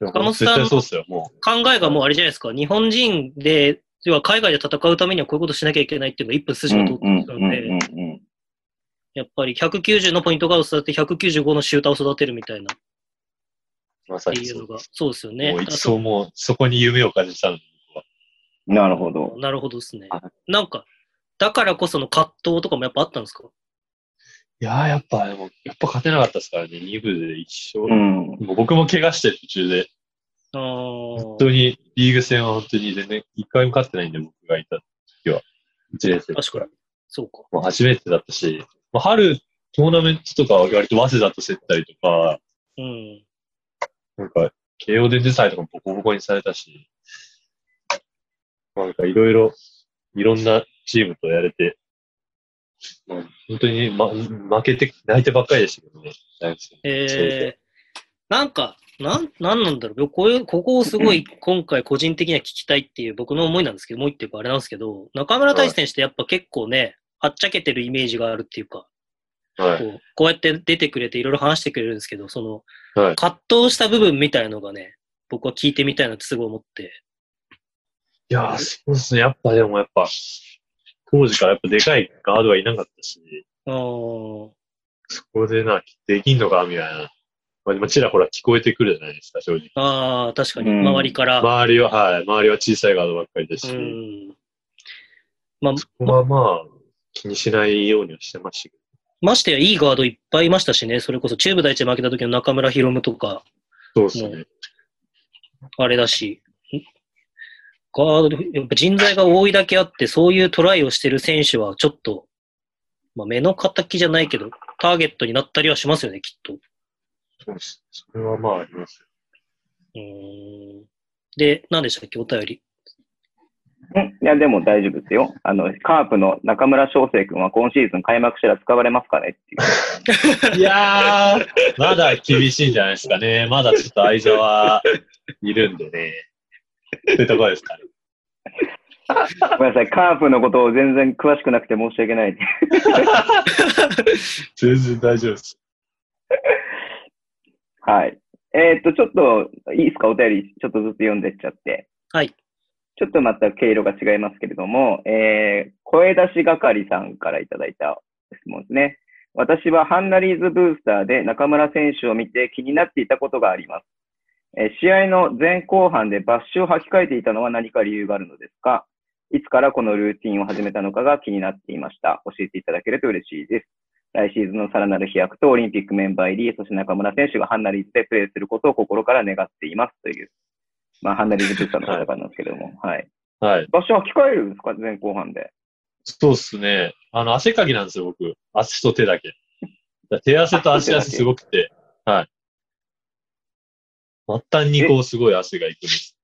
で本もさん絶対そうっすよ、もう、考えがもうあれじゃないですか。日本人で、要は海外で戦うためにはこういうことしなきゃいけないっていうのが一分う筋んをうん通ってうんきたうんのうで、んうん。やっぱり190のポイントガードを育てて195のシューターを育てるみたいなっう、まさてにいそううの。が、そうですよね。もうだ一から層もう、そこに夢を感じたので、なるほど。なるほどですねは。なんか、だからこその葛藤とかもやっぱあったんですかいやー、やっぱ、でもやっぱ勝てなかったですからね、2部で一う勝。ん。もう僕も怪我して途中で、あ本ー当にリーグ戦は本当に全然一回も勝ってないんで、僕がいた時は。1年生の時確かからに。。そうか。もう初めてだったし、まあ、春、トーナメントとかは割と早稲田と競ったりとか、うん。なんか、慶応電磁祭とかもボコボコにされたし、なんかいろいろ、いろんなチームとやれて、まあ本当に、ま、負けて、泣いてばっかりでしたけどね。大学生えー、なんか、なん、なんなんだろう。こういう、ここを すごい今回個人的には聞きたいっていう僕の思いなんですけど、もう一個あれなんですけど、中村大志選手ってやっぱ結構ね、はっちゃけてるイメージがあるっていうか、はこい。うこうやって出てくれていろいろ話してくれるんですけど、その、はい葛藤した部分みたいのがね、僕は聞いてみたいなってすごい思って。いやー、そうですね。やっぱでもやっぱ、当時からやっぱでかいガードはいなかったし、あーそこでな、できんのかみたいな。まあ、でもちらほら聞こえてくるじゃないですか、正直。あー、確かに、うん周りから。周りは、はい。周りは小さいガードばっかりですうし、ん。まあ、そこはまあ、気にしないようにはしてましたけどましてや、いいガードいっぱいいましたしね、それこそ中部第一で負けた時の中村博夢とか、そうですね。あれだし、んガード、やっぱ人材が多いだけあって、そういうトライをしてる選手は、ちょっと、まあ、目の敵じゃないけど、ターゲットになったりはしますよね、きっと。そうです。それはまああります。うーん。で、何でしたっけ、お便り。うんいや、でも大丈夫ですよ。あの、カープの中村翔成君は今シーズン開幕したら使われますかねっていう。いやー、まだ厳しいんじゃないですかね。まだちょっと相沢いるんでね。ってとこですかね。ごめんなさい、カープのことを全然詳しくなくて申し訳ない。全然大丈夫です。はい。えーっと、ちょっと、いいですか、お便り、ちょっとずつ読んでっちゃって。はい。ちょっとまた経路が違いますけれども、えー、声出し係さんからいただいた質問ですね。私はハンナリーズブースターで中村選手を見て気になっていたことがあります。えー試合の前後半でバッシュを履き替えていたのは何か理由があるのですかいつからこのルーティンを始めたのかが気になっていました。教えていただけると嬉しいです。来シーズンのさらなる飛躍とオリンピックメンバー入り、そして中村選手がハンナリーズでプレーすることを心から願っていますという、まあ、ハンナリーズブースターの方からなんですけれど も、はい。はい。場所は機えるんですか前後半で。そうっすね。あの、汗かきなんですよ、僕。足と手だけ。だから手汗と足汗すごくて。はい。末端にこう、すごい汗がいくんです。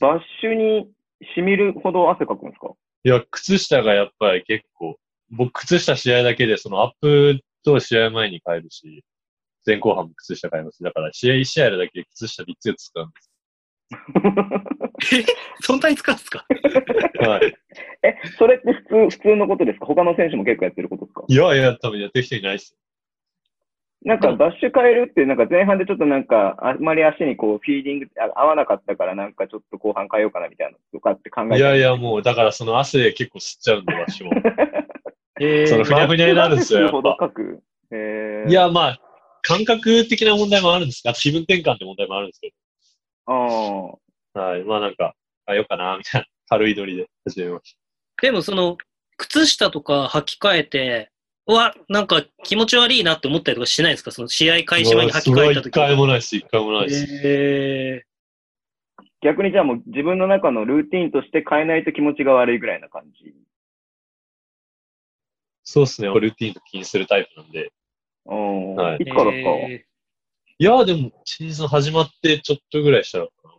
バッシュに染みるほど汗かくんですかいや、靴下がやっぱり結構、僕、靴下試合だけで、そのアップと試合前に変えるし、前後半も靴下変えます。だから、試合1試合やるだけで靴下3つ使うんで そんなに使うんですかす。はい。 え、それって普通、普通のことですか他の選手も結構やってることですかいやいや、多分やってる人いないっす。なんかバッシュ変えるって、なんか前半でちょっとなんか、あんまり足にこう、フィーリングあ合わなかったから、なんかちょっと後半変えようかなみたいなのとかって考えて。いやいや、もう、だからその汗結構吸っちゃうんで、わしも。えそーのふにゃふにゃになるんですよ、やっバッシュほ。どぱかく。えー、い、や、まあ、感覚的な問題もあるんですが、あと気分転換って問題もあるんですけあーど、はい。まあなんか、あ、よっかな、みたいな、 軽いノリで始めましでもその、靴下とか履き替えて、うわ、なんか気持ち悪いなって思ったりとかしないですかその試合た。開始前に履き替えた時それは一回もないです、一回もないです。え逆にじゃあもう自分の中のルーティンとして変えないと気持ちが悪いぐらいな感じ。そうですね、ルーティンと気にするタイプなんで。うんはい、いーつからですか、えいやー、でも、シーズン始まってちょっとぐらいしたのかな。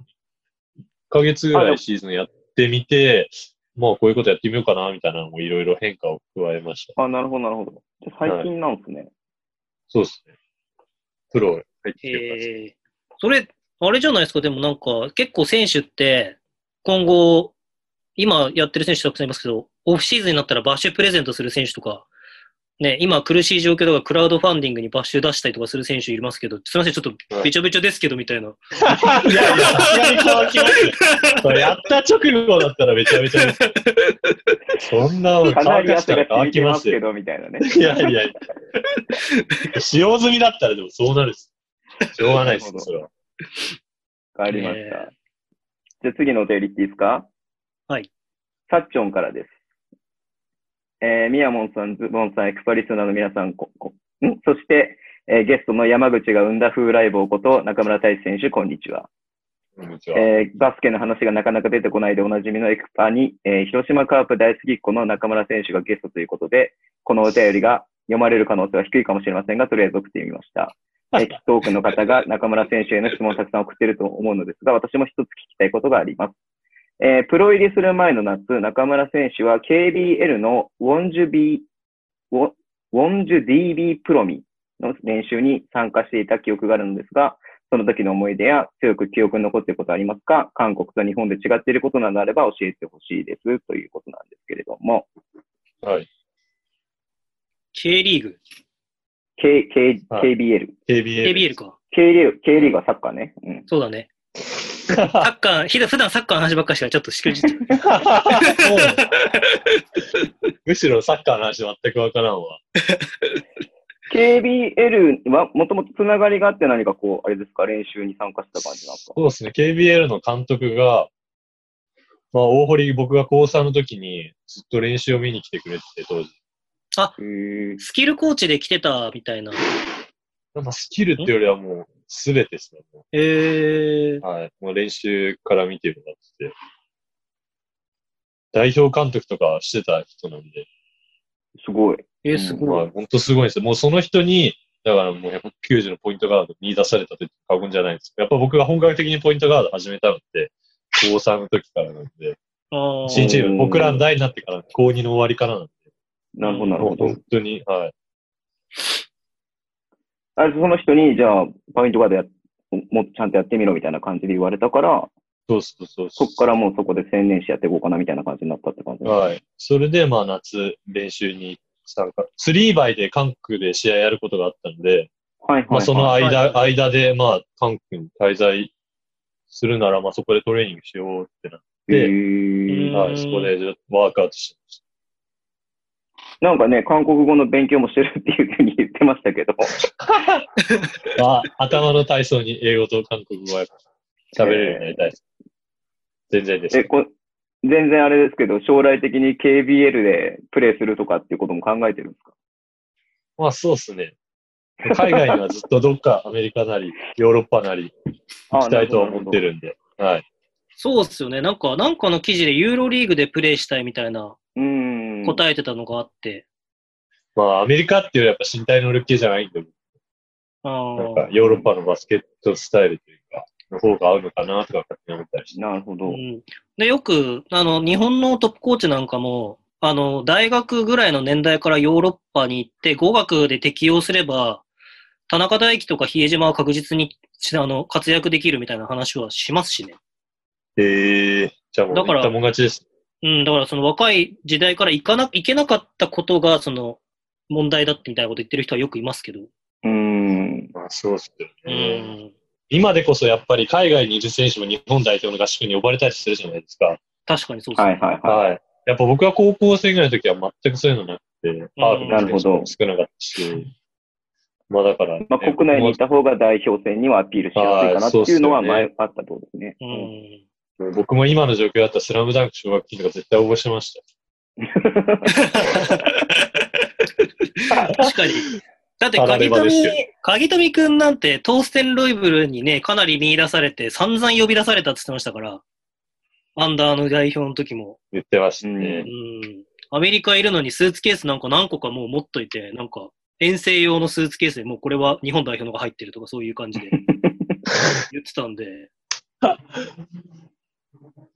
1ヶ月ぐあでらもいシーズンやってみて、まあ、こういうことやってみようかな、みたいなのもいろいろ変化を加えました。あ、なるほど、なるほど。じゃあ最近なんですね。そうですね。プロ入ってーきてるえーそれ、あれじゃないですかでもなんか、結構選手って、今後、今やってる選手たくさんいますけど、オフシーズンになったらバッシュプレゼントする選手とか、ね、今苦しい状況だからクラウドファンディングにバッシュ出したりとかする選手いますけど、すみません、ちょっとべちょべちょですけどみたいな。感じ。いやいや、さすがに乾きますよこれやった直後だったらめちゃめちゃです。そんなのかな乾りかし汗がたらつ乾いきてまますすけよ。ど、みたいなね。いやいやいや。使用済みだったらでもそうなるっす。しょうがないですなるほ、どそれは。わかりました。えじゃあ次のお便りいっていいですかはい。サッチョンからです。えー、ミヤモンさん、ズボンさん、エクパリスナーの皆さん、こ、こ、んそして、えーゲストの山口が生んだ風来坊こと中村大志選手、こんにちは。こんにちは。えーバスケの話がなかなか出てこないでおなじみのエクパに、えー広島カープ大好きっ子の中村選手がゲストということで、このお便りが読まれる可能性は低いかもしれませんが、とりあえず送ってみました。えーきっと多くの方が中村選手への質問をたくさん送っていると思うのですが、私も一つ聞きたいことがあります。えープロ入りする前の夏、中村選手は KBL のウォンジュ B、ウォウォンジュ DB プロミの練習に参加していた記憶があるのですが、その時の思い出や強く記憶に残っていることはありますか韓国と日本で違っていることなどあれば教えてほしいですということなんですけれども、はい。 K リーグ、 K K はい KBL、 KBL。 ABL か。 K リーグ K リーグはサッカーね。うん、そうだね。サッカー、ひだ普段サッカーの話ばっかりしかちょっとしくじっちゃう そうなのむしろサッカーの話全くわからんわ。 KBL はもともとつながりがあって何かこう、あれですか、練習に参加した感じなんですかそうですね、KBL の監督が、まあ、大堀、僕が高3の時にずっと練習を見に来てくれてて、当時。へースキルコーチで来てたみたいな。まあ、スキルっていうよりはもう、すべてですね。もえーうはい。もう練習から見てもらってて。代表監督とかしてた人なんで、すごい。えー、すまごい。あ、本当すごいんですよ。もうその人に、だからもう190のポイントガードに出されたって過言じゃないんですよやっぱ僕が本格的にポイントガード始めたのって、高3の時からなんで、あ新ーチーム、僕らの代になってから、高2の終わりからなんで、なるほど、なるもほうど。本当に、はい。あれその人に、じゃあ、ポイントガードやもっとちゃんとやってみろみたいな感じで言われたから、そうそうそう。そこからもうそこで専念してやっていこうかなみたいな感じになったって感じ。はい。それで、まあ、夏、練習に参加。スリーバイで韓国で試合やることがあったので、はいはい、まあ、そのはいは間、いは間で、まあ、韓国に滞在するなら、まあ、そこでトレーニングしようってなっへて、ーうんはい、そこでワークアウトしてましなんかね、韓国語の勉強もしてるっていうふうに言ってましたけ ど、た。まあ、頭の体操に英語と韓国語はやっぱ喋れるようになりたいです。全然ですえ。こ全然あれですけど、将来的に KBL でプレーするとかっていうことも考えてるんですかまあ、そうですね。海外にはずっとどっかアメリカなり、ヨーロッパなり行きたいとは思ってるんで、はい。そうっすよね。なんか、なんかの記事でユーロリーグでプレイしたいみたいなうーん。答えてたのがあって。まあ、アメリカっていうのはやっぱ身体能力系じゃないんで、あなんあか。ヨーロッパのバスケットスタイルというか、の方が合うのかなとか勝手に思ったりして。なるほど。うんで、よく、あの、日本のトップコーチなんかも、あの、大学ぐらいの年代からヨーロッパに行って、語学で適用すれば、田中大輝とか比江島は確実に、しあの、活躍できるみたいな話はしますしね。ええじゃあもうだから言ったもん勝ちです。うん、だからその若い時代から行かな、行けなかったことが、その、問題だってみたいなこと言ってる人はよくいますけど。うーん。まあ、そうっすようね。ん。今でこそやっぱり海外にいる選手も日本代表の合宿に呼ばれたりするじゃないですか。確かにそうですはね。いはいはい。はい。やっぱ僕は高校生ぐらいの時は全くそういうのなくて、パーフなるのほ選手ども少なかったし、まあだから、まあ、国内にいた方が代表戦にはアピールしやすいかなっていうのは前あったってことですね。うん。僕も今の状況だったらスラムダンク奨学金とか絶対応募してました。 確かに。だって、離鍵れ場です富けど、鍵富くんなんて、トーステン・ロイブルにね、かなり見出されて、散々呼び出されたって言ってましたから、アンダーの代表の時も。言ってましたね。うんうん。アメリカいるのにスーツケースなんか何個かもう持っといて、なんか、遠征用のスーツケースでもうこれは日本代表のが入ってるとかそういう感じで言ってたんで。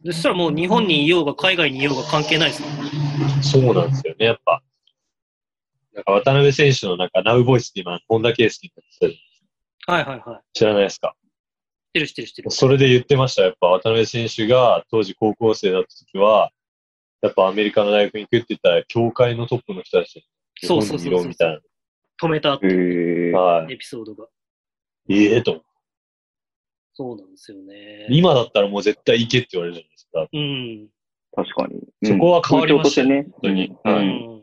そしたらもう日本にいようが海外にいようが関係ないですもんね。そうなんですよね、やっぱ。なんか渡辺選手のなんか、ナウボイスって今、本田圭佑ってはいはいはい。知らないですか知ってる知ってる知ってる。それで言ってました、やっぱ渡辺選手が当時高校生だった時は、やっぱアメリカの大学に行くって言ったら、協会のトップの人たち、日そ本うそうにいそうろそうみ。たい止めたっていへうーな。はい。エピソードが。ええと思って。そうなんですよね。今だったらもう絶対行けって言われるじゃないですか。うん。確かに。そこは変わりましたよね。本当にう。うんん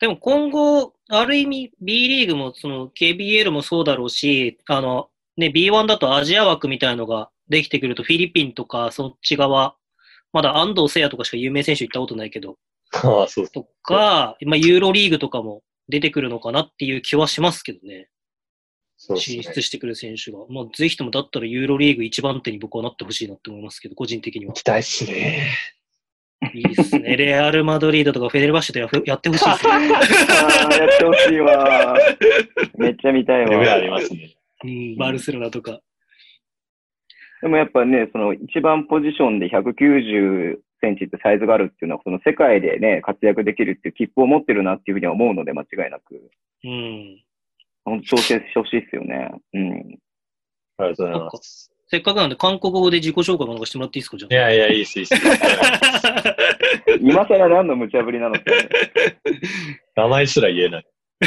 でも今後、ある意味 B リーグもその KBL もそうだろうし、あの、ね、B1 だとアジア枠みたいのができてくるとフィリピンとかそっち側、まだ安藤聖也とかしか有名選手行ったことないけど、ああ、そうそう。とか、まあユーロリーグとかも出てくるのかなっていう気はしますけどね。そうっす進ね出してくる選手が。まあぜひともだったらユーロリーグ一番手に僕はなってほしいなって思いますけど、個人的には行。きたいっすね。いいっす ね。レアル・マドリードとかフェデルバッシュとやふやってほしいですね。あーやってほしい わ。めっちゃ見たいわ。夢ありますね。うん、バルセロナとか。でもやっぱね、その一番ポジションで190センチってサイズがあるっていうのは、その世界でね、活躍できるっていう切符を持ってるなっていうふうには思うので、間違いなく。うん。本当挑戦してほしいですよね。うん。ありがとうございます。せっかくなんで、韓国語で自己紹介もなんかしてもらっていいですか、じゃいやいや、いいっす、いいっす。あ。今更何の無茶ぶりなのか、ね。名前すら言えない。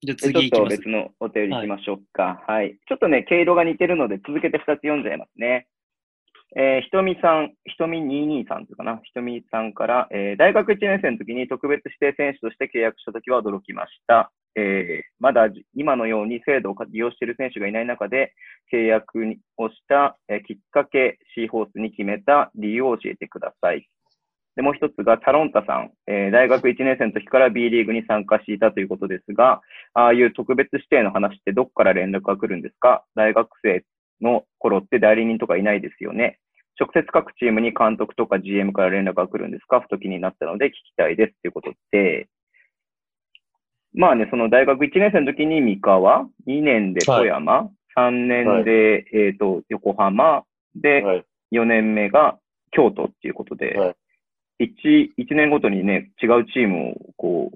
じでゃあちょ次っいきとます。別のお便り行きましょうか。はい、ちょっとね、経路が似てるので、続けて2つ読んじゃいますね。えーひとみさん、ひとみ22さんというかな、ひとみさんから、えー大学1年生の時に特別指定選手として契約した時は驚きました。えーまだじ今のように制度を利用している選手がいない中で、契約をした、えーきっかけ、シーホースに決めた理由を教えてください。で、もう一つが、タロンタさん、えー大学1年生の時から B リーグに参加していたということですが、ああいう特別指定の話ってどっから連絡が来るんですか大学生の頃って代理人とかいないですよね。直接各チームに監督とか GM から連絡が来るんですかふと気になったので聞きたいですということで、まあね、その大学1年生の時に三河、2年で富山、3年で、えっ、と、横浜、で、はい。 4年目が京都っていうことで、は一一年ごとにね、違うチームをこ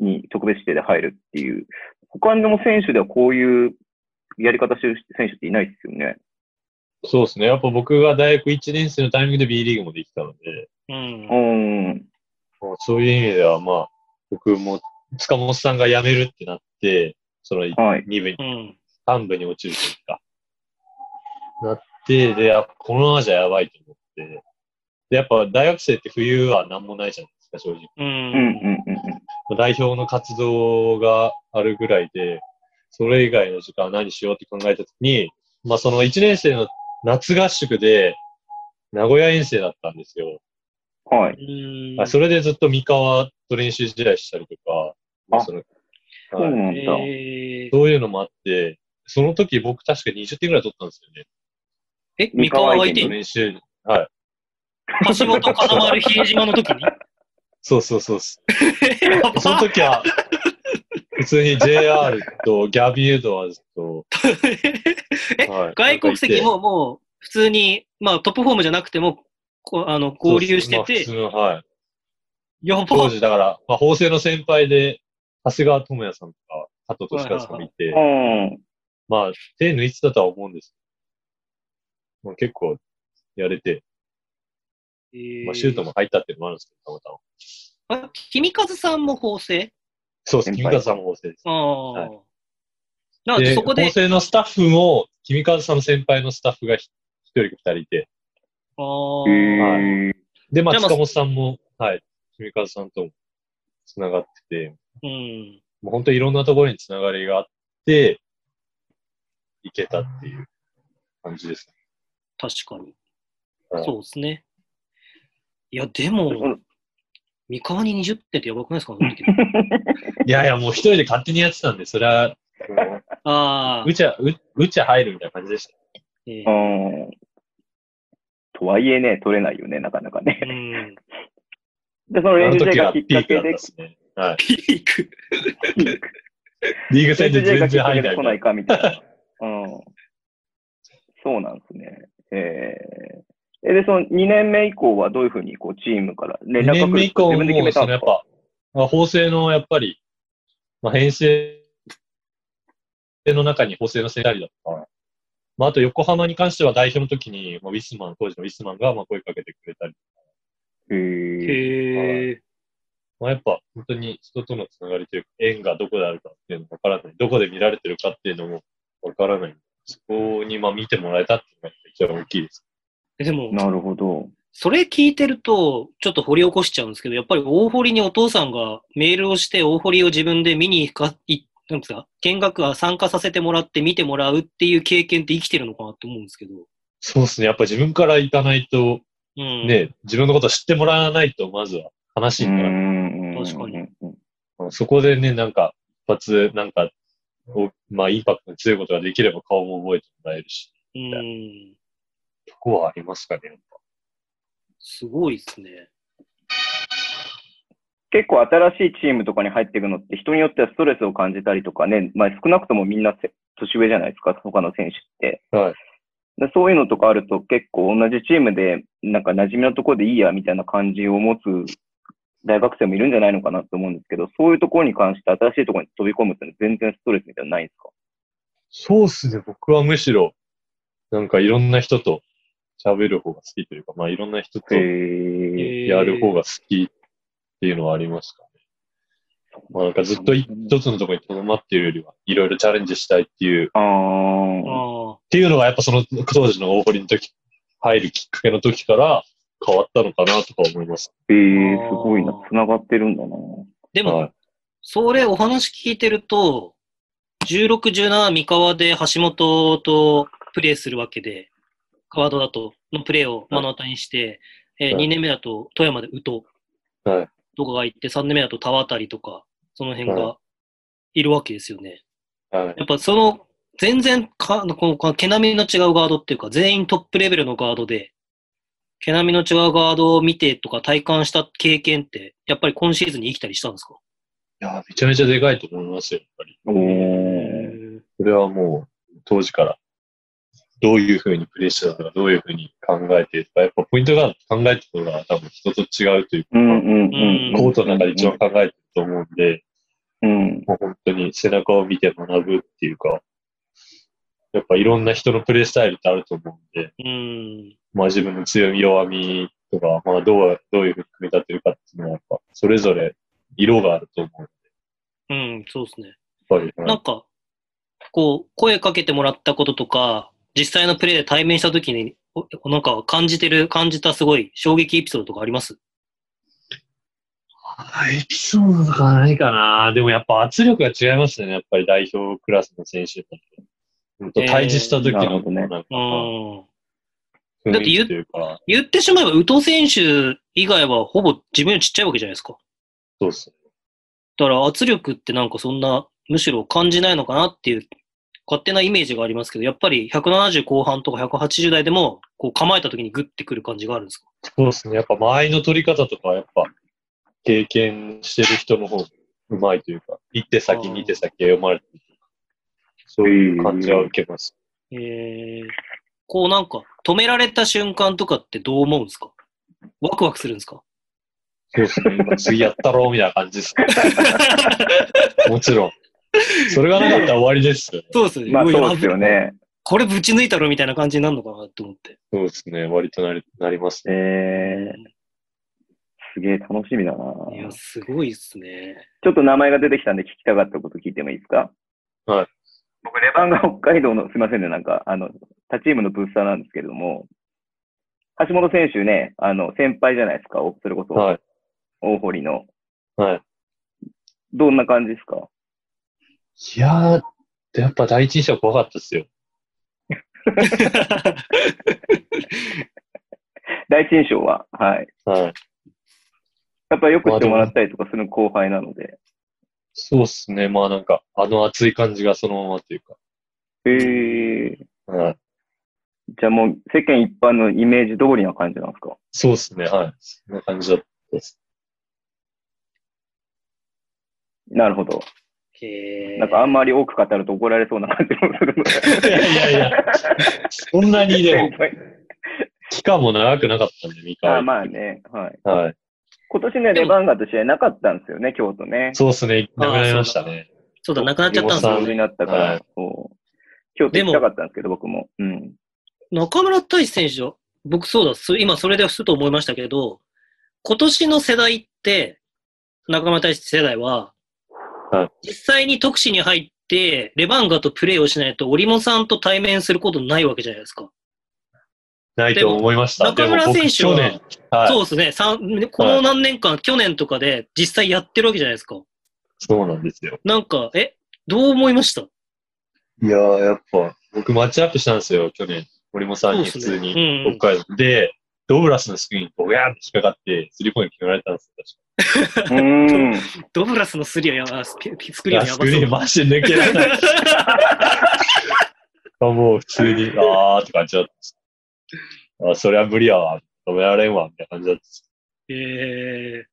う、に特別指定で入るっていう、他の選手ではこういうやり方してる選手っていないですよね。そうですね。やっぱ僕が大学1年生のタイミングで B リーグもできたので、うんう。ん。もうそういう意味では、まあ、僕も塚本さんが辞めるってなって、そのはい。 2部にうん。 3部に落ちるというか、なって、で、あこのままじゃやばいと思って、で、やっぱ大学生って冬は何もないじゃないですか、正直。ううんうんん。うんうん。まあ代表の活動があるぐらいで、それ以外の時間は何しようって考えたときに、まあその1年生の夏合宿で、名古屋遠征だったんですよ。はい。うんあそれでずっと三河と練習試合したりとか、まああそのそうはいなんだ。えーそういうのもあって、その時僕確か20点ぐらい取ったんですよね。え、三河相手に練習。橋本金丸比江島の 時にそうそうそうそう。 やばその時は、普通に JR とギャビー・エドワーズと、えはい外国籍なんかいてももう普通に、まあトップフォームじゃなくても、こあの合流してて、そうそうまあ普通の、はい。や当ば時だから、まあ、法政の先輩で、長谷川智也さんとか、加藤俊和さんもいて、うん。まあ、手抜いてたとは思うんですけど。まあ、結構、やれて、まあ、シュートも入ったっていうのもあるんですけど、たまたま。あ、君和さんも法政そうです。先君輩和さんも法政ですあ。あ、はいなんかで、そこ法で、政のスタッフも、君和さんの先輩のスタッフがひ一人か二人いて、ああ、へーで、まあ、じゃあまあ塚本さんも、はい、君和さんとも繋がってて、うん。もう本当にいろんなところに繋がりがあって、いけたっていう感じですね。確かにはい。そうですね。いや、でも、三河に20点ってやばくないですか、その 時いやいや、もう一人で勝手にやってたんで、それは、ああう、ちゃ、ううちゃ入るみたいな感じでした。えーうん。とはいえね、取れないよね、なかなかねう。ん。で、そのあ練の習試時合がはきピっかークけだったでで、すね。はい。ピーク。リーグ練戦習で試合が全きっか然入けんなでい来みなたいいかみたいな。うん。そうなんですね。えー、えで、その2年目以降はどういうふうにこうチームから連な。2絡が来る年目以降自分で決も、めたそんのでやすかっぱ、まあ、法政のやっぱり、まあ、編成の中に法政の世代だとか、まあ、あと横浜に関しては代表の時に、まあ、ウィスマン、当時のウィスマンがまあ声かけてくれたり、へーへえ。まあ、やっぱ本当に人とのつながりというか、縁がどこであるかっていうのもわからない。どこで見られてるかっていうのもわからない。そこにまあ見てもらえたっていうのが一番大きいです。えでも、なるほど。それ聞いてると、ちょっと掘り起こしちゃうんですけど、やっぱり大堀にお父さんがメールをして、大堀を自分で見に行か、いなんですか、見学は参加させてもらって見てもらうっていう経験って生きてるのかなって思うんですけど。そうですね。やっぱ自分から行かないと、うん。ね、自分のことを知ってもらわないと、まずは話うにならない。ん確かにそこでね、なんか、一発、なんか、おまあ、インパクトの強いことができれば顔も覚えてもらえるし、うん。そこはありますかね。すごいですね。結構新しいチームとかに入っていくのって人によってはストレスを感じたりとかね、まあ、少なくともみんなせ年上じゃないですか、他の選手って。はいでそういうのとかあると結構同じチームでなんか馴染みのところでいいやみたいな感じを持つ大学生もいるんじゃないのかなと思うんですけど、そういうところに関して新しいところに飛び込むってのは全然ストレスみたいなのないんですかそうっすね。僕はむしろ、なんかいろんな人と喋る方が好きというか、まあ、いろんな人とへえーやる方が好きっていうのはありますかね。まあなんかずっと一つのところにとどまっているよりは、いろいろチャレンジしたいっていう、っああーあ。ていうのがやっぱその当時の大堀の時、入るきっかけの時から変わったのかなとか思います。えー、すごいな。繋がってるんだな。でも、はいそれお話聞いてると、16、17三河で橋本とプレーするわけで、川戸だとのプレーを目の当たりにして、えーはい2年目だと富山で宇都はい。とかが行って、3年目だと田渡りとか、その辺はがいるわけですよね。はいやっぱその、全然か、このこ毛並みの違うガードっていうか、全員トップレベルのガードで、毛並みの違うガードを見てとか体感した経験って、やっぱり今シーズンに生きたりしたんですかいやー、めちゃめちゃでかいと思いますよ、やっぱり。おー。それはもう、当時から、どういうふうにプレイしてたとか、どういうふうに考えてとか、やっぱポイントガードって考えてるのが多分人と違うというか、うんうんうん。コートの中で一番考えてると思うんで、うん。もう本当に背中を見て学ぶっていうか、やっぱいろんな人のプレースタイルってあると思うんで、うん。まあ自分の強み、弱みとか、まあどう、どういうふうに組み立てるかっていうのはやっぱ、それぞれ色があると思うんうん、そうですね。で、やっぱり、なんか、こう、声かけてもらったこととか、実際のプレーで対面したときに、おなんか感じてる、感じたすごい衝撃エピソードとかありますあエピソードとかないかな。でもやっぱ圧力が違いますよね。やっぱり代表クラスの選手たちと。本当対峙した時えーなるの、ほどねなんか、うん。雰囲だって言気うというか、言ってしまえば、宇藤選手以外はほぼ自分よりちっちゃいわけじゃないですか。そうっす。だから圧力ってなんかそんな、むしろ感じないのかなっていう、勝手なイメージがありますけど、やっぱり170後半とか180代でも、こう構えた時にグッてくる感じがあるんですかそうっすね。やっぱ間合いの取り方とかはやっぱ経験してる人の方がうまいというか、一手あ先、ー二手先読まれてる。そういう感じは受けます。えー、こうなんか、止められた瞬間とかってどう思うんですかワクワクするんですかそうっすね。今次やったろうみたいな感 じですね。もちろん。それがなかったら終わりですよね。そうですよね。まあうわそうですよね。これぶち抜いたろみたいな感じになるのかなと思って。そうですね。割となりなりますね。えー、すげえ楽しみだな。いや、すごいですね。ちょっと名前が出てきたんで聞きたかったこと聞いてもいいですかはい。僕、レバンが北海道の、すいませんね、なんか、あの、他チームのブースターなんですけれども、橋本選手ね、あの、先輩じゃないですか、おそれこそ、はい。大堀の。はい。どんな感じですかいやー、やっぱ第一印象怖かったですよ。第一印象は、はい。はい。やっぱよくしてもらったりとかする後輩なので。そうっすね。まあなんか、あの熱い感じがそのままというか。へえー。はい。じゃあもう、世間一般のイメージ通りな感じなんですかそうっすね。はい。そんな感じだったです。なるほど。へーなんかあんまり多く語ると怒られそうな感じもするので。 いやいやいや、そんなにでも先、輩期間も長くなかったんで、2あ回。まあね、はい。はい。今年ね、でレもバンガと試合なかったんですよね、京都ね。そうっすね。なくなりましたね。そうだ、なくなっちゃったんですそようにね。なったから、はいそう京都行きたかったんですけど、僕も。 うん。中村太志選手、僕そうだ、す今それでふと思いましたけど、今年の世代って、中村太志世代は、はい実際に特使に入って、レバンガとプレーをしないと、織本さんと対面することないわけじゃないですか。ないと思いました。中村でも選僕手は、去年、はい。そうですね、さんこの何年間、去年とかで実際やってるわけじゃないですか。そうなんですよ。なんか、え、どう思いましたいやー、やっぱ、僕マッチアップしたんですよ、去年。森本さんに普そう通っすねに。うんうん北海道で、ドブラスのスクリーンにボヤーって引っかかって、スリーポイント決められたんですよ、確かうん。ドブラスのスリーはやば、スピスクいリーやはやスばクそリーンう。マジで抜けられない。あもう普 通に、あーって感じだったんです。あそりゃ無理やわ。止められんわ。みたいな感じだったんです。 えー、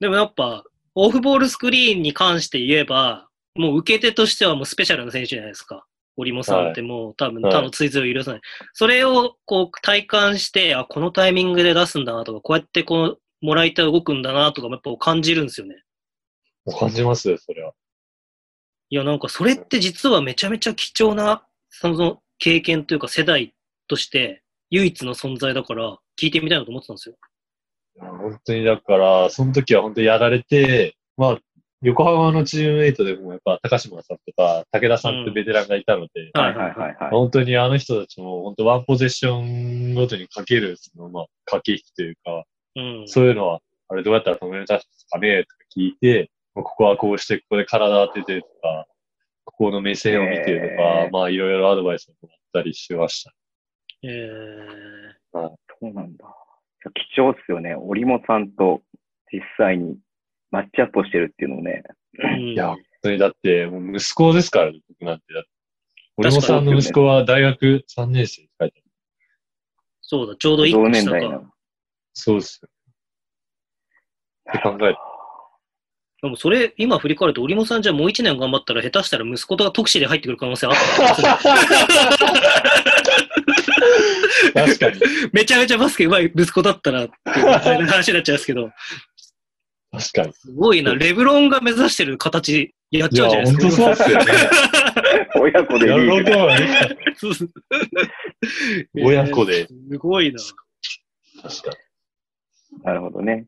でもやっぱ、オフボールスクリーンに関して言えば、もう受け手としてはもうスペシャルな選手じゃないですか。織本さんってもう、多分はい他の追随を許さない。それをこう体感して、あ、このタイミングで出すんだなとか、こうやってこう、もらい手は動くんだなとか、やっぱ感じるんですよね。もう感じますよ、それは。いや、なんかそれって実はめちゃめちゃ貴重な、その経験というか世代として唯一の存在だから、聞いてみたいなと思ってたんですよ。いや本当にだから、その時は本当にやられて、まあ、横浜のチームメイトでもやっぱ高島さんとか武田さんってベテランがいたので、はいはいはいは本当にあの人たちも本当ワンポゼッションごとにかける、そのまあ、駆け引きというか、うん。そういうのは、あれどうやったら止めれたんですかねとか聞いて、まあここはこうして、ここで体当ててとか、ここの目線を見てとか、へーまあいろいろアドバイスをもらったりしました。えー、い。そうなんだ。貴重っすよね。織本さんと実際にマッチアップをしてるっていうのをね。うん、いや本当にだって、もう息子ですからね、僕なんて。だって俺もさんの息子は大学3年生って書いてある。そうだ、ちょうど1同個年下代か。の。そうですよ。って考えるでもそれ、今振り返ると、織本さんじゃもう1年頑張ったら、下手したら息子が特使で入ってくる可能性あ った。と。確かに。めちゃめちゃバスケ上手い息子だったら、っていう話になっちゃうんですけ ど、確かに。すごいな、レブロンが目指してる形、やっいちゃや、うじゃないで本当すか。そうっすよね。親子でやリろーグうとだ。はできた。 親子で えーすごいな。確かなるほどね。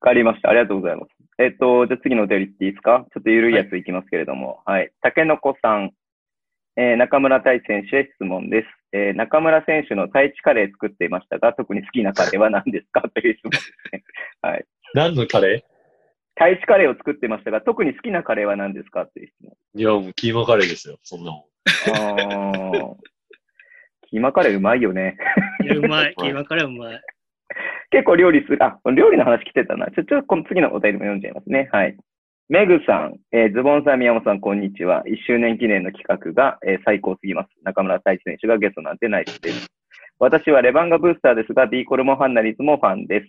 わかりました。ありがとうございます。えっ、と、じゃあ次のお便りいっていいですかちょっと緩いやついきますけれども。はい。たけのこさん、えー中村大選手へ質問です。えー中村選手の大地カレー作っていましたが、特に好きなカレーは何ですかという質 問ですね。何のカレ大地カレーを作っていましたが、特に好きなカレーは何ですかという質問。ーいや、もうキーマカレーですよ、そんなもあ あ。キーマカレーうまいよね。いや、うまい。 はい今からうまい。結構料理する、あ、料理の話来てたな。ちょ、ちょ、この次のお便りも読んじゃいますね。はい。メグさん、えーズボンさん、宮本さん、こんにちは。1周年記念の企画が、えー最高すぎます。中村太一選手がゲストなんてないです。私はレバンガブースターですが、B コルもハンナリーズもファンです。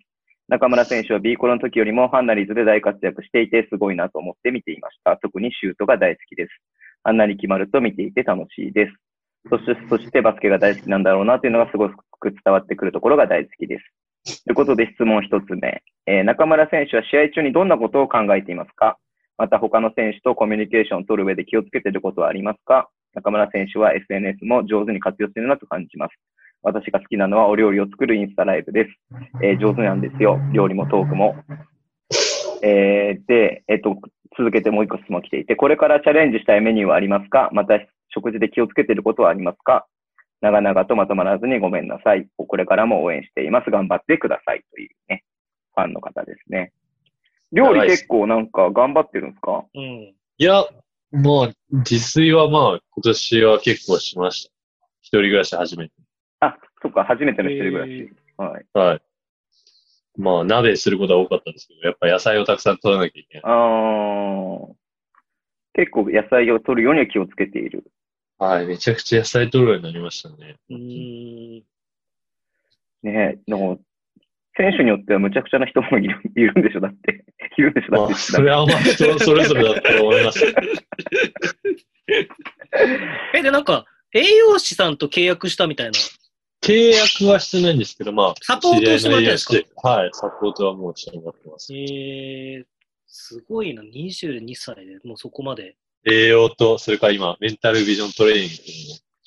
中村選手は B コルの時よりもハンナリーズで大活躍していて、すごいなと思って見ていました。特にシュートが大好きです。あんなに決まると見ていて楽しいです。そして、そしてバスケが大好きなんだろうなというのがすごく伝わってくるところが大好きです。ということで質問一つ目、えー中村選手は試合中にどんなことを考えていますかまた他の選手とコミュニケーションを取る上で気をつけていることはありますか中村選手は SNS も上手に活用しているなと感じます。私が好きなのはお料理を作るインスタライブです。えー上手なんですよ。料理もトークも。えーで、えっ、と、続けてもう一個質問来ていて、これからチャレンジしたいメニューはありますかまた食事で気をつけていることはありますか長々とまとまらずにごめんなさい。これからも応援しています。頑張ってください。というね、ファンの方ですね。料理結構なんか頑張ってるんですかうん。いや、まあ、自炊はまあ、今年は結構しました。一人暮らし初めて。あ、そっか、初めての一人暮らし。はい。はい。まあ、鍋することは多かったんですけど、やっぱ野菜をたくさん取らなきゃいけない。あー結構野菜を取るようには気をつけている。はい、めちゃくちゃ野菜取るようになりましたね。うーん。ねえ、でも、選手によってはむちゃくちゃな人もいるいるんでしょ、だって。いるんでしょ、だまっ て。あ、それはま あ、人それぞれだと思います。え、で、なんか、栄養士さんと契約したみたいな。契約はしてないんですけど、まあ、サポートをしてもらってるんですか知り合いの家はい、サポートはもうしてもらってます。えー、すごいな。22歳で、もうそこまで。栄養と、それから今、メンタルビジョントレーニングってい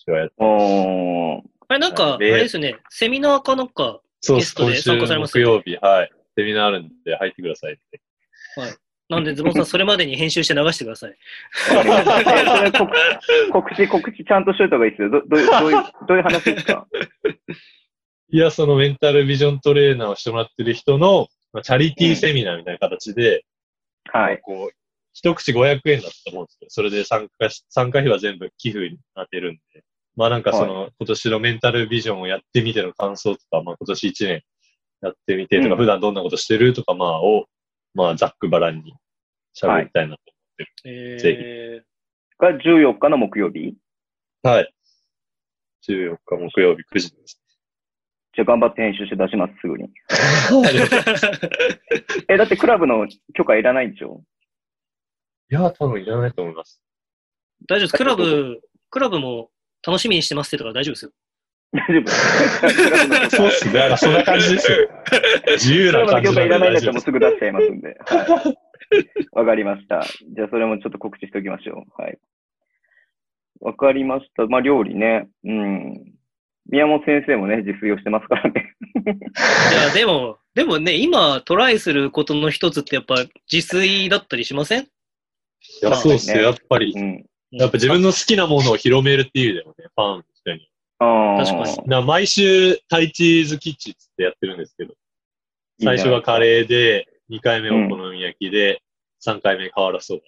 うのをやっておーあれ、なんか、あねれですよね。セミナーかなんか、そうゲでスす、トで今週参加されます木曜日、はい、セミナーあるんで入ってくださいって。なんでズボンさん、それまでに編集して流してください。わかりましたえそれ告告知、告知ちゃんとしといた方がいいですよ。どどういうどういうどういう話ですかいや、そのメンタルビジョントレーナーをしてもらってる人の、まあ、チャリティーセミナーみたいな形で、はい。こう、一口500円だったと思うんですけど、それで参加し、参加費は全部寄付に当てるんで、まあなんかその、今年のメンタルビジョンをやってみての感想とか、まあ今年1年やってみてとか、うん普段どんなことしてるとか、まあを、まあざっくばらんに喋りたいなと。えが14日の木曜日。はい。14日木曜日9 時です。じゃあ頑張って編集して出します、すぐに。ありがとうございますー、え、だってクラブの許可いらないんでしょいや、多分いらないと思います。大丈夫です。クラブ、クラブも楽しみにしてますってとか大丈夫ですよ。大丈夫クラブの許可そうっすね。だからそんな感じですよ。自由クラブなの感じ許なん可でいらないんだったら大丈夫もでうす。すぐ出しちゃいます んで。はい。わかりました。じゃあそれもちょっと告知しておきましょう。はい。わかりました。まあ料理ね。うん。宮本先生もね、自炊をしてますからね。いや、でも、でもね、今トライすることの一つってやっぱ自炊だったりしませんいや、そうっすね。やっぱりう、ん。やっぱ自分の好きなものを広めるっていう意味でもね、ファンの人に。ああ。確かにな毎週、タイチーズキッチンつってやってるんですけど、最初はカー。レーで、2回目お好み焼きで、3回目瓦そば。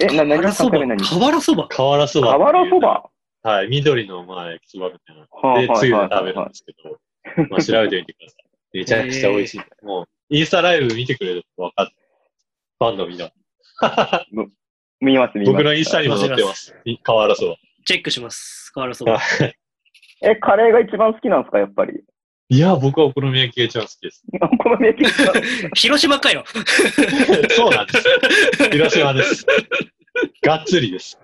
え、な、何瓦そ三ば回目何瓦そば瓦そば。瓦そばはい、緑のまあ焼きそばみたいな。はいで、はいつゆではい食べるんですけど、まあ調べてみてください。めちゃくちゃ美味しい。もう、インスタライブ見てくれると分かる。ファンのみんな。見ます、見ます。僕のインスタにも載ってます。変わらそう。チェックします。瓦そば。え、カレーが一番好きなんですか、やっぱり。 いや、僕はお好み焼きが一番好きです。お好み焼き一番好き広島かよ。 そうなんです。広島です。がっつりです。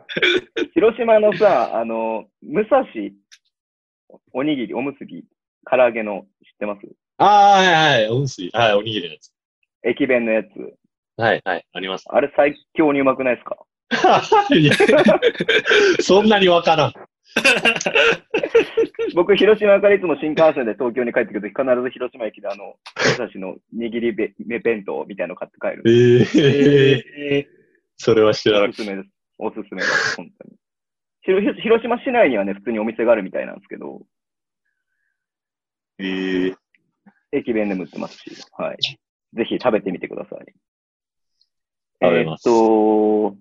広島のさ、あの、武蔵、おにぎり、おむすび、唐揚げの、知ってますあーはいはい、おむすび。はい、おにぎりのやつ。駅弁のやつ。はいはい、あります。 あれ最強にうまくないですかいやそんなにわからん。僕、広島からいつも新幹線で東京に帰ってくるとき、必ず広島駅であの、お刺しの握りべ弁当みたいなの買って帰る。えええそれは知らなおくすすめです。おすすめです、本当に。ひろ広島市内にはね、普通にお店があるみたいなんですけど、て。ええ駅弁でも売ってますし、はい。ぜひ食べてみてください。食べますえーっと、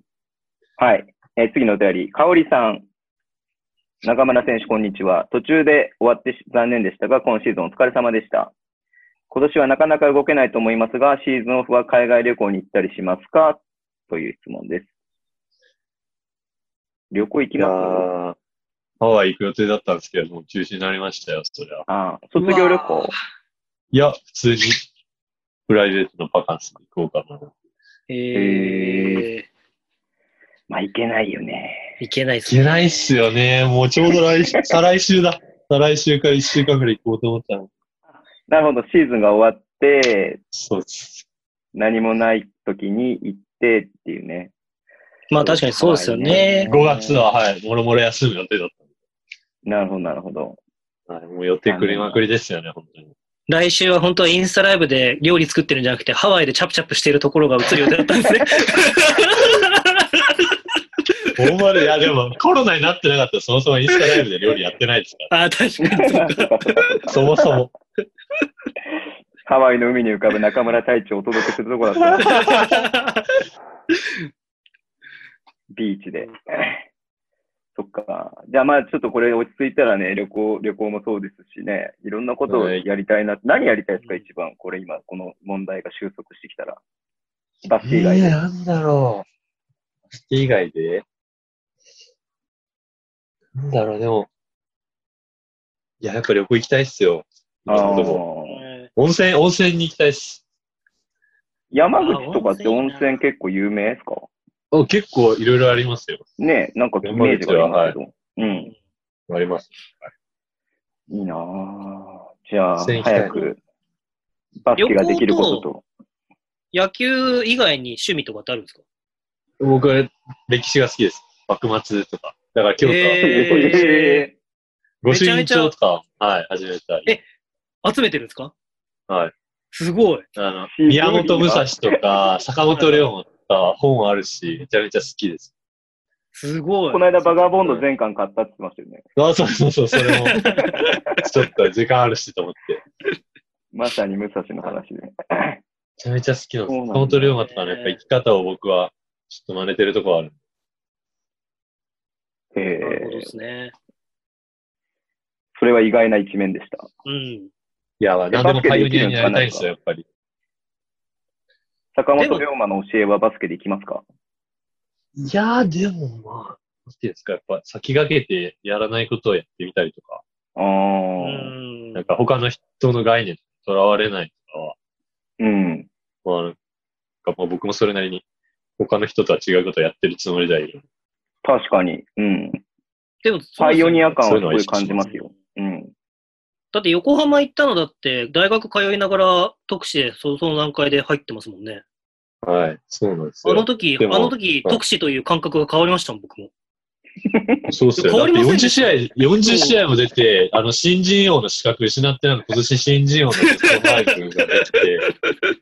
はい。えー次のお便り、かおりさん。中村選手、こんにちは。途中で終わってし残念でしたが、今シーズンお疲れ様でした。今年はなかなか動けないと思いますが、シーズンオフは海外旅行に行ったりしますかという質問です。旅行行きいやますーハワイ行く予定だったんですけど、もう中止になりましたよ、そりゃ。ああ卒業旅行いや、普通に、プライベートのバカンスに行こうかな。ええまあ、行けないよね。いけないっいけないっすよね。もうちょう ど来週、再来週だ。再来週から1週間ぐらい行こうと思ったの。なるほど、シーズンが終わって、そうです。何もない時に行ってっていうね。まあ確かにそうですよね。 5月は、はい、もろもろ休む予定だっなるほど、なるほど。た。はい、もう予定くりまくりですよね、本当に。来週は本当はインスタライブで料理作ってるんじゃなくて、ハワイでチャプチャプしてるところが映る予定だったんですね。ほんまで、いや、でも、コロナになってなかったら、そもそもインスタライブで料理やってないですかああ、確かに。そうかそうかそうら。かそもそも。ハワイの海に浮かぶ中村隊長をお届けするとこだったなビーチで。 そっか。じゃあまあちょっとこれ落ち着いたらね、旅行、旅行もそうですしね、いろんなことをやりたいな。何やりたいですか、一番。これ今、この問題が収束してきたら。バッシー以外で。なんだろう。ステ以外でなんだろう、でも。いや、やっぱ旅行行きたいっすよ。ああでも温泉、温泉に行きたいっす。山口とかって温泉結構有名ですかあ結構いろいろありますよ。ねえ、なんかイメージがありますけど。うん。あります。いいなぁ。じゃあ、全員行きたい早く、バスケができることと。野球以外に趣味とかってあるんですか僕は歴史が好きです。幕末とか。だから京都、へえーえ御朱印帳とか、はい、始めたり。集めてるんですかはい。すごい。あの、ごいな宮本武蔵とか、坂本龍馬とか、本あるし、めちゃめちゃ好きです。すごいこ。の間、バガーボンド全巻買ったって言ってましたよね。あ、そうそうそう、それも、 ちょっと時間あるしと思って。まさに武蔵の話で。めちゃめちゃ好きなんでそうなすよ。んだ坂本龍馬とかのやっぱ生き方を僕は、ちょっと真似てるとこある。えなるほどでー、すね。それは意外な一面でした。うん。いや、なんでもパイオニアになりたいんですよ、やっぱり。坂本龍馬の教えはバスケでいきますかいやー、でもまあ、なんていうんですか、やっぱ先駆けてやらないことをやってみたりとか、あーううんなんか他の人の概念にとらわれないん。とかは、まあ、なんかまあ僕もそれなりに他の人とは違うことをやってるつもりだよ。確かに。うん。でも、パイオニア。ア感をすごい感じますよ。うん。だって横浜行ったのだって、大学通いながら特使でそその段階で入ってますもんね。はい、そうなんですあのよ。時、あでもの時、はい特使という感覚が変わりましたもん、僕も。そうっす変よ。だわっりてません40試合、40試合も出て、あの、新人王の資格失ってなんか今年新人王のベスト5が出てて、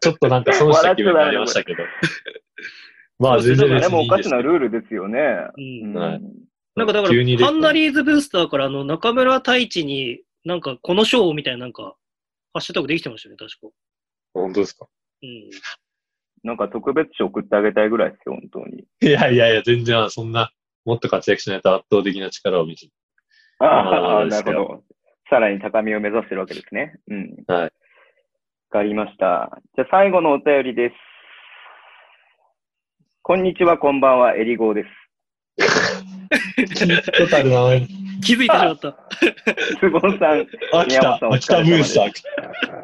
ちょっとなんか損した気分になりましたけど。 まあ、全だ然からね、別もうにいおかいでしすなね。ルールですよね。うんう。はいん。なんかだか急にら、でハンナリーズブースターからあの中村太一に、なんかこの賞みたいななんか、ハッシュタグできてましたよね、確か。本当ですか うん。なんか特別賞送ってあげたいぐらいですよ、本当に。いやいやいや、全然、そんな、もっと活躍しないと圧倒的な力を見せる。ああ、そうでなすよるほど。さらに高みを目指してるわけですね。うん。はいわかりました。じゃあ最後のお便りです。こんにちは、こんばんは、エリゴーです。トタルな前に。気づいてしまった。 坪さん、秋田、宮本秋さん田お疲れ様ブでーすスター。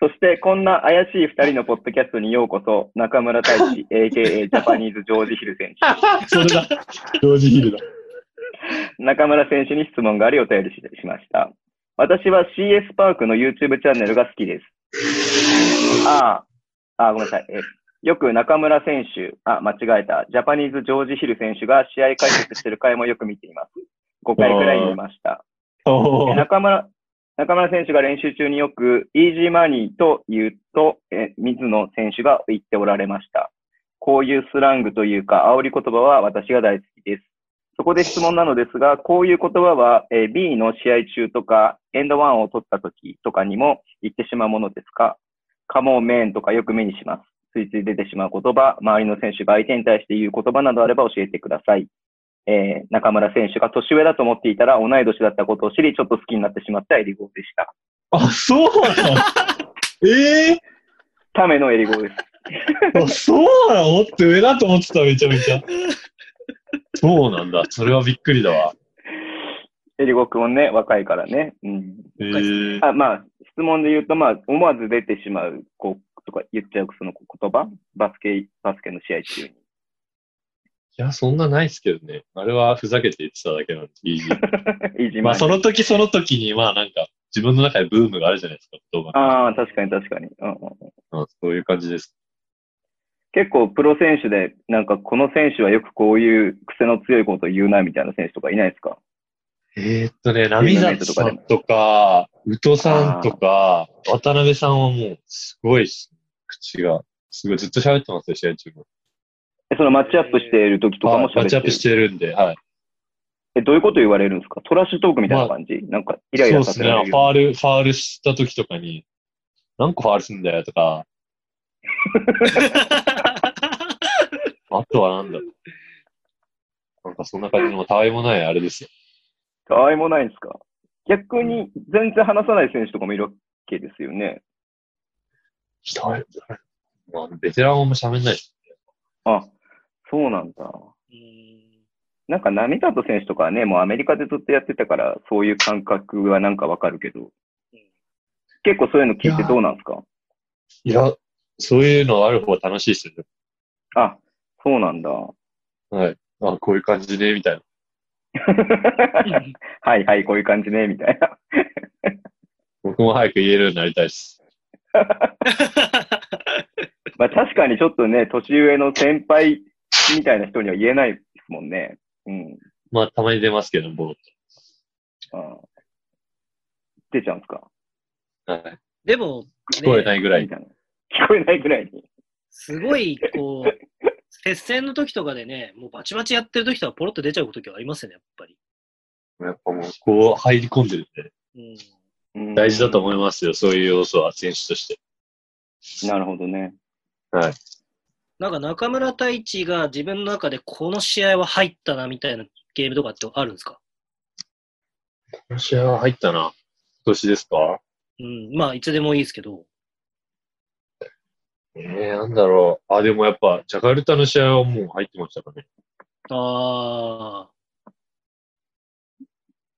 そしてこんな怪しい二人のポッドキャストにようこそ、中村太 一、AKA ジャパニーズ・ジョージ・ヒル選手。それだ。同時ヒルだ。中村選手に質問がありお便りししました。私は CS パークの YouTube チャンネルが好きです。ああ、ああ、ごめんなさい。えよく中村選手、あ、間違えた。ジャパニーズ・ジョージ・ヒル選手が試合解説してる回もよく見ています。5回くらい見ました。おでー中村、中村選手が練習中によく、イージーマニーと言うと、え水野選手が言っておられました。こういうスラングというか、煽り言葉は私が大好きです。そこで質問なのですが、こういう言葉は、えー B の試合中とか、エンドワンを取った時とかにも言ってしまうものですかカモメンとかよく目にします。ついつい出てしまう言葉、周りの選手が相手に対して言う言葉などあれば教えてください。えー中村選手が年上だと思っていたら同い年だったことを知り、ちょっと好きになってしまったエリゴーでした。あ、そうなのええためのエリゴー です。あそうなのもっと上だと思ってた、めちゃめちゃ。そうなんだ。それはびっくりだわ。エリゴーくんもね、若いからね。うん。えー、あまあ、質問で言うと、まあ、思わず出てしまう、こう、とか言っちゃう、その言葉バスケ、バスケの試合中に。いや、そんなないっすけどね。あれはふざけて言ってただけなんで、イージーいじまあ、そのの時その時に、まあなんか、自分の中でブームがあるじゃないですか、動画ああ、確かに確かに、うんうんうん。うんそういう感じです。結構プロ選手で、なんかこの選手はよくこういう癖の強いことを言うな、みたいな選手とかいないですかえーっとね、ナミザットさんとか、ウトさんとか、渡辺さんはもう、すごいっす、口が。すごい、ずっと喋ってますよ、試合中も。えそのマッチアップしている時とかはいもマ喋ッっチてアッるプしてるんで、はい。え、どういうこと言われるんですかトラッシュトークみたいな感じ、なんか、イライラさそうせでらすね。れフる。ァール、ファールした時とかに、何個ファールすんだよとか、あとはなんだろうなんかそんな感じの、たわいもないあれですよ。たわいもないんですか逆に、全然話さない選手とかもいるわけですよね。ひどい。まあ、ベテランはもう喋んないし。あ、そうなんだ。 うんなんか、波里選手とかはね、もうアメリカでずっとやってたから、そういう感覚はなんかわかるけどうん。結構そういうの聞いてどうなんですかいや、そういうのある方が楽しいですよね。あ、そうなんだ。はい。あ、こういう感じね、みたいな。はいはい、こういう感じね、みたいな。僕も早く言えるようになりたいです。まあ確かにちょっとね、年上の先輩みたいな人には言えないですもんね。うん。まあ、たまに出ますけど、もあ出ちゃうんですかう、はい、でも、。聞こえないいぐらい。みたいな。聞こえないぐらいに。すごい、こう、接戦の時とかでね、もうバチバチやってる時とかポロッと出ちゃう時はありますよね、やっぱり。やっぱもう、こう入り込んでるんで、うん。うん大事だと思いますよ、そういう要素は、選手として。なるほどね。はい。なんか中村太一が自分の中でこの試合は入ったなみたいなゲームとかってあるんですかこの試合は入ったな。今年ですかうん。まあ、いつでもいいですけど。ええー、なんだろう。あ、でもやっぱ、ジャカルタの試合はもう入ってましたか ね。ああ。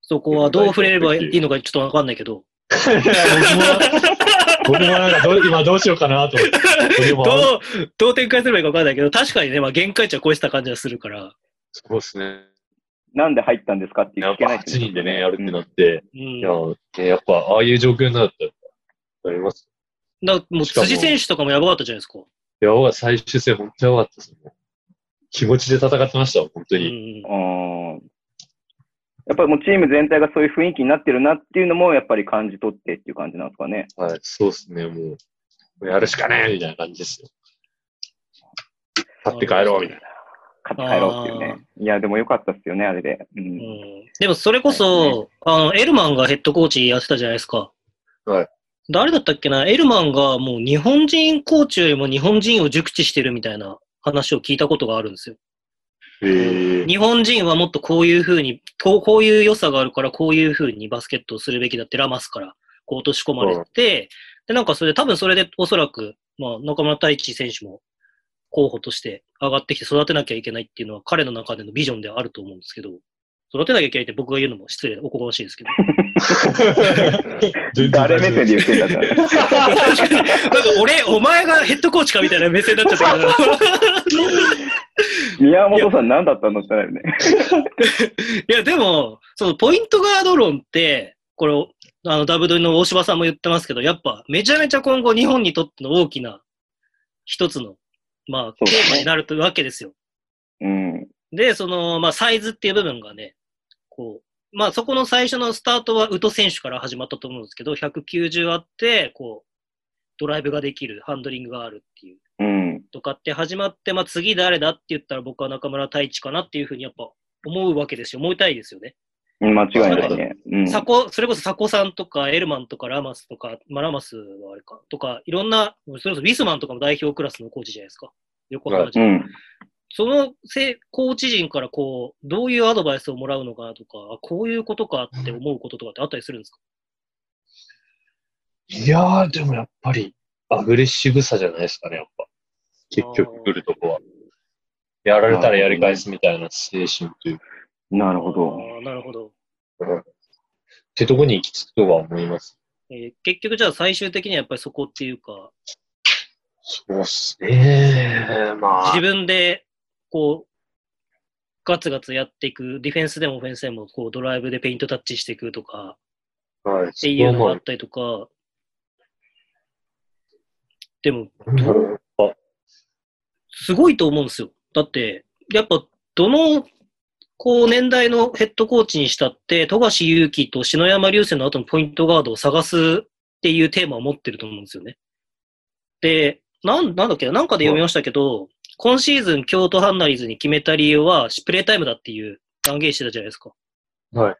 そこはどう触れればいいのかちょっとわかんないけど。僕も、僕もなんかどう、今どうしようかなと思って。僕 どもう、どう展開すればいいかわかんないけど、確かにね、まあ、限界値は超えてた感じがするから。そうですね。なんで入ったんですかってや聞っけぱない8人でね、やるってなって、ういん。や、ねやっぱ、ああいう状況になったら、やります。だもうしかも辻選手とかもやばかったじゃないですか。いや、ば最終戦、本当にやばかったですね。気持ちで戦ってましたわ、本当うに。んあ。ーやっぱりもうチーム全体がそういう雰囲気になってるなっていうのもやっぱり感じ取ってっていう感じなんですかね。はい、そうですね、もう、もうやるしかねえみたいな感じですよ。勝って帰ろう、みたいな。勝って帰ろうっていうね。いや、でもよかったっすよね、あれで。う。うんんでもそれこそ、あの、エルマンがヘッドコーチやってたじゃないですか。はい。誰だったっけなエルマンがもう日本人コーチよりも日本人を熟知してるみたいな話を聞いたことがあるんですよ。へえ日本人はもっとこういうふうに、とこういう良さがあるから、こういうふうにバスケットをするべきだってラマスから、こう落とし込まれて、で、なんかそれで、多分それでおそらく、まあ、中村太一選手も候補として上がってきて育てなきゃいけないっていうのは彼の中でのビジョンではあると思うんですけど、育てなきゃいけないって僕が言うのも失礼、おこがましいですけど。 誰目線で言ってんだったら。 なん か俺、お前がヘッドコーチかみたいな目線になっちゃったけど。 宮本さん何だったのってなるね。いや、でも、そのポイントガード論って、これ、あの、ダブドリの大柴さんも言ってますけど、やっぱ、めちゃめちゃ今後日本にとっての大きな、一つのまそあ、うですねテーマになるというわけですよ。うん。で、その、まあ、サイズっていう部分がね、こう、まあ、そこの最初のスタートは、ウト選手から始まったと思うんですけど、190あって、こう、ドライブができる、ハンドリングがあるっていう、うん。とかって始まって、まあ、次誰だって言ったら、僕は中村太一かなっていうふうに、やっぱ、思うわけですよ。思いたいですよね。間違いないね。うん。佐古、それこそ佐古さんとか、エルマンとか、ラマスとか、まあ、ラマスはあれか、とか、いろんな、それこそウィスマンとかも代表クラスのコーチじゃないですか。横浜う時代ん。そのせコーチ陣からこう、どういうアドバイスをもらうのかなとか、あこういうことかって思うこととかってあったりするんですかいやー、でもやっぱり、アグレッシブさじゃないですかね、やっぱ。結局来るとこは。やられたらやり返すみたいな精神というか、なるほど。あーなるほど、ってとこに行き着くとは思いまえーす。結局じゃあ最終的にはやっぱりそこっていうか、そうっすね。ま自分でこう、ガツガツやっていく、ディフェンスでもオフェンスでもこうドライブでペイントタッチしていくとかあ、はい、っていうのがあそったりとか、でもう思うやっぱすごいと思うんですよ。だって、やっぱ、どの、こう、年代のヘッドコーチにしたって、富樫勇樹と篠山流星の後のポイントガードを探すっていうテーマを持ってると思うんですよね。で、なんなんだっけな、なんかで読みましたけど、今シーズン京都ハンナリーズに決めた理由は、プレータイムだっていう断言してたじゃないですか。はい。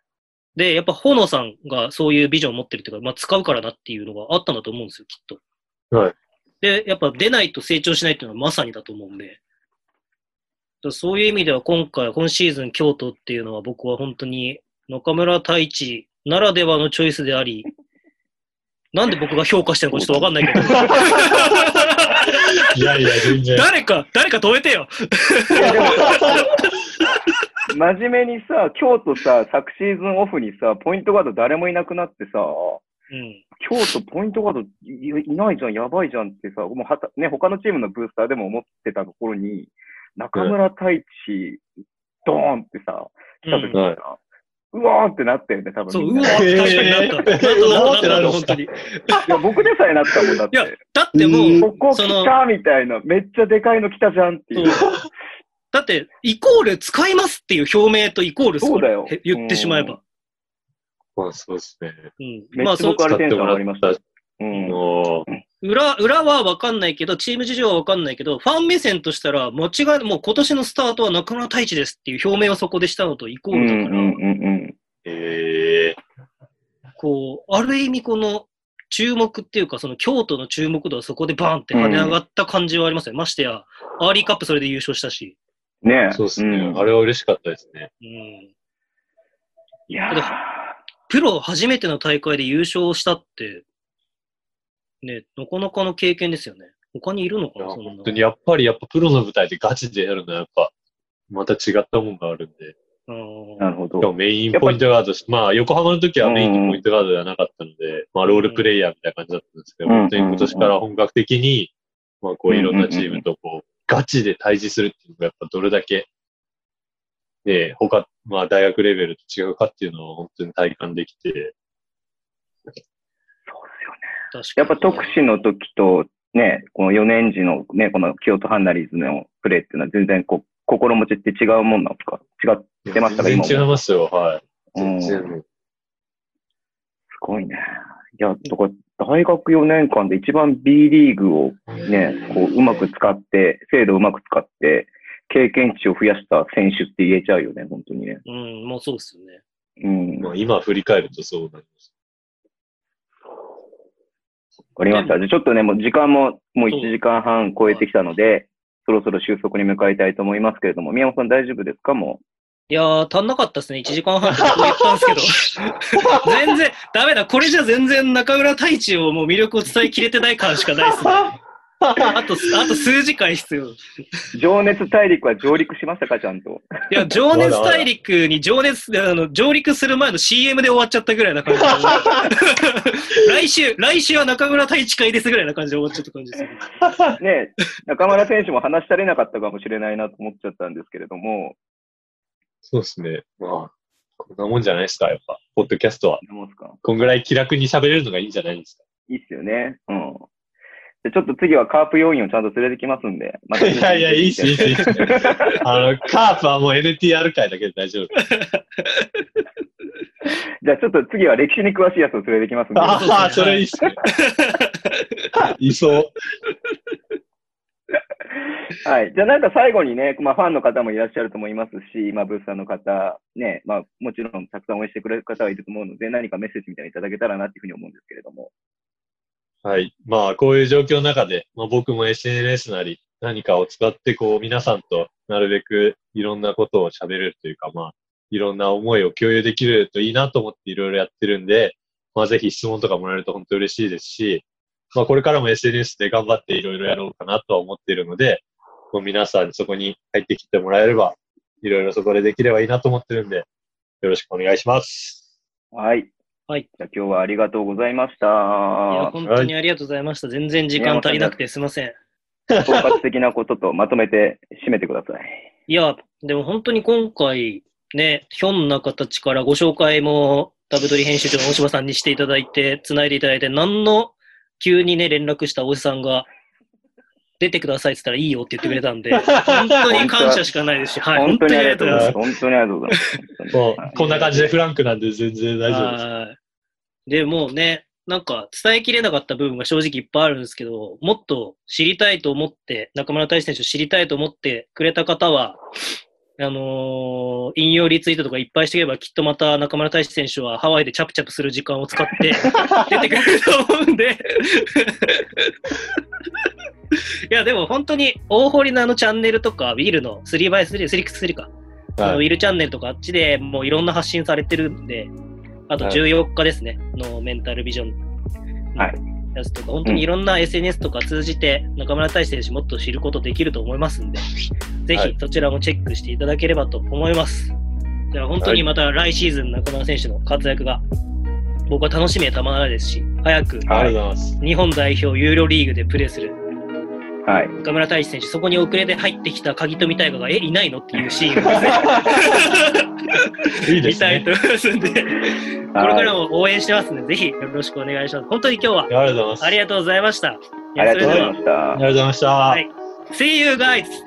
で、やっぱ、炎さんがそういうビジョンを持ってるっていうか、まあ、使うからだっていうのがあったんだと思うんですよ、きっと。はい。で、やっぱ出ないと成長しないっていうのはまさにだと思うんで。だからそういう意味では今回、今シーズン京都っていうのは僕は本当に中村太一ならではのチョイスであり、なんで僕が評価してるのかちょっとわかんないけど。 いやいや、全然。誰か、誰か止めてよ。いやでもさ真面目にさ、京都さ、昨シーズンオフにさ、ポイントガード誰もいなくなってさ、うん。京都ポイントガードいいないじゃん、やばいじゃんってさ、もうはた、ね、他のチームのブースターでも思ってたところに、中村太一、ドーンってさ、来た時にうんはいさ、うわーってなったよね、多分そう、みうんわな確へ かになーった。なったなったなった、本当に。いや、僕でさえなったもんだっいやて。だってもう、ここそ来のたみたいな、めっちゃでかいの来たじゃんっていう。そうだって、イコール使いますっていう表明とイコールそうだよへ言ってしまえば。まあ、そうですね。うん。めまっあ、ちゃそう僕あれテンション上がりました。うあん。のー裏、裏はわかんないけど、チーム事情はわかんないけど、ファン目線としたら、間違い、もう今年のスタートは中村太一ですっていう表明をそこでしたのとイコうーんルうだんかうら、んうん。えこう、ある意味この、注目っていうか、その京都の注目度はそこでバーンって跳ね上がった感じはありますね。ましてや、アーリーカップそれで優勝したし。ねー、え。そうですね、んあれは嬉しかったですね。うん。いやだー。プロ初めての大会で優勝したって、ね、なかなかの経験ですよね。他にいるのいかやな、そんな本当に、やっぱり、やっぱプロの舞台でガチでやるのは、やっぱ、また違ったもんがあるんで。うんなるほどしか。もメインポイントガードし、まあ、横浜の時はメインのポイントガードではなかったので、まあ、ロールプレイヤーみたいな感じだったんですけど、うん本当に今年から本格的に、まあ、こういろんなチームとこう、ガチで対峙するっていうのが、やっぱどれだけ、ね、他、まあ、大学レベルと違うかっていうのを本当に体感できて、確かやっにぱ特使の時と、ね、この4年時のね、この京都ハンナリーズのプレーっていうのは全然こう心持ちって違うもんなんですか違う、全てましたか然今も違いますよ、はい。うん、全す然。ごいね。いや、だから大学4年間で一番 B リーグをね、こううまく使って、制度をうまく使って、経験値を増やした選手って言えちゃうよね、本当にね。うん、もうそうですよね。うん。まわあ、今振り返るとそうなります。かりました。じゃあちょっとね、もう時間ももう1時間半超えてきたので、そろそろ収束に向かいたいと思いますけれども、宮本さん大丈夫ですかもう。いやー、足んなかったですね。1時間半って言ったんですけど。 全然、ダメだ。これじゃ全然中村太一をもう魅力を伝えきれてない感しかないですね。あと、あと数時間必要。い情熱大陸は上陸しましたか、ちゃん と。や、情熱大陸に情熱、あの、上陸する前の CM で終わっちゃったぐらいな感じ で。来週、来週は中村太一会ですぐらいな感じで終わっちゃった感じですよね。ねえ、中村選手も話し足りなかったかもしれないなと思っちゃったんですけれども、そうですね。まあ、こんなもんじゃないですか、やっぱ、ポッドキャストは。どうですかこんぐらい気楽に喋れるのがいいんじゃないですか。いいっすよね。うん。じゃあちょっと次はカープ要員をちゃんと連れてきますんで。また いやいや、いいっす、いいっす、いいっす。あの、カープはもう NTR 界だけで大丈夫。じゃあちょっと次は歴史に詳しいやつを連れてきますんで。あああ、それいいっすね。 いそう。はい。じゃあなんか最後にね、まあファンの方もいらっしゃると思いますし、まあブースターの方、ね、まあもちろんたくさん応援してくれる方はいると思うので、何かメッセージみたいにいただけたらなっていうふうに思うんですけれども。はい。まあ、こういう状況の中で、まあ、僕も SNS なり、何かを使って、こう、皆さんとなるべくいろんなことを喋れるというか、まあ、いろんな思いを共有できるといいなと思っていろいろやってるんで、まあ、ぜひ質問とかもらえると本当嬉しいですし、まあ、これからも SNS で頑張っていろいろやろうかなとは思っているので、こう皆さんそこに入ってきてもらえれば、いろいろそこでできればいいなと思ってるんで、よろしくお願いします。はい。はい。じゃあ今日はありがとうございました。いや、本当にありがとうございました。全然時間足りなくてすいません。包括的なこととまとめて締めてください。いや、でも本当に今回、ね、ひょんな形からご紹介も、ダブドリ編集長の大島さんにしていただいて、つないでいただいて、何の急にね、連絡した大島さんが、出てくださいって言ったらいいよって言ってくれ たんで、本当に感謝しかないですし、はい、 本本当に当にあありりががとうとうごござざいいま。ますす。本当にありがとうございます。も、はいうこんな感じでフランクなんで全然大丈夫です。はい。でもうね、なんか伝えきれなかった部分が正直いっぱいあるんですけど、もっと知りたいと思って、中村大志選手を知りたいと思ってくれた方は、あのー引用リツイートとかいっぱいしていけば、きっとまた中村大志選手はハワイでチャプチャプする時間を使 って出てくれると思うんで。いや、でも本当に大堀のあのチャンネルとか、ビールの 3x3、3x3 か。あのウィルチャンネルとかあっちでもういろんな発信されてるんで、あとはい14日ですね、のメンタルビジョンのはいやつとか、本当にいろんな SNS とか通じて中村大志選手もっと知ることできると思いますんで、ぜはひいそちらもチェックしていただければと思います。じゃあ本当にまた来シーズン中村選手の活躍が僕は楽しみでたまらないですし、早くありがとうございます。日本代表ユーロリーグでプレーするはい。中村大志選手、そこに遅れて入ってきた鍵富大河が、え、いないのっていうシーンをですねいいで見すたねい。と思いますんで、これはかいらも応援してますんで、ぜひよろしくお願いします。本当に今日はありがとうございます。ありがとうございました。ありがとうございやまそれでしはあたり。がとうございました。はい See you guys!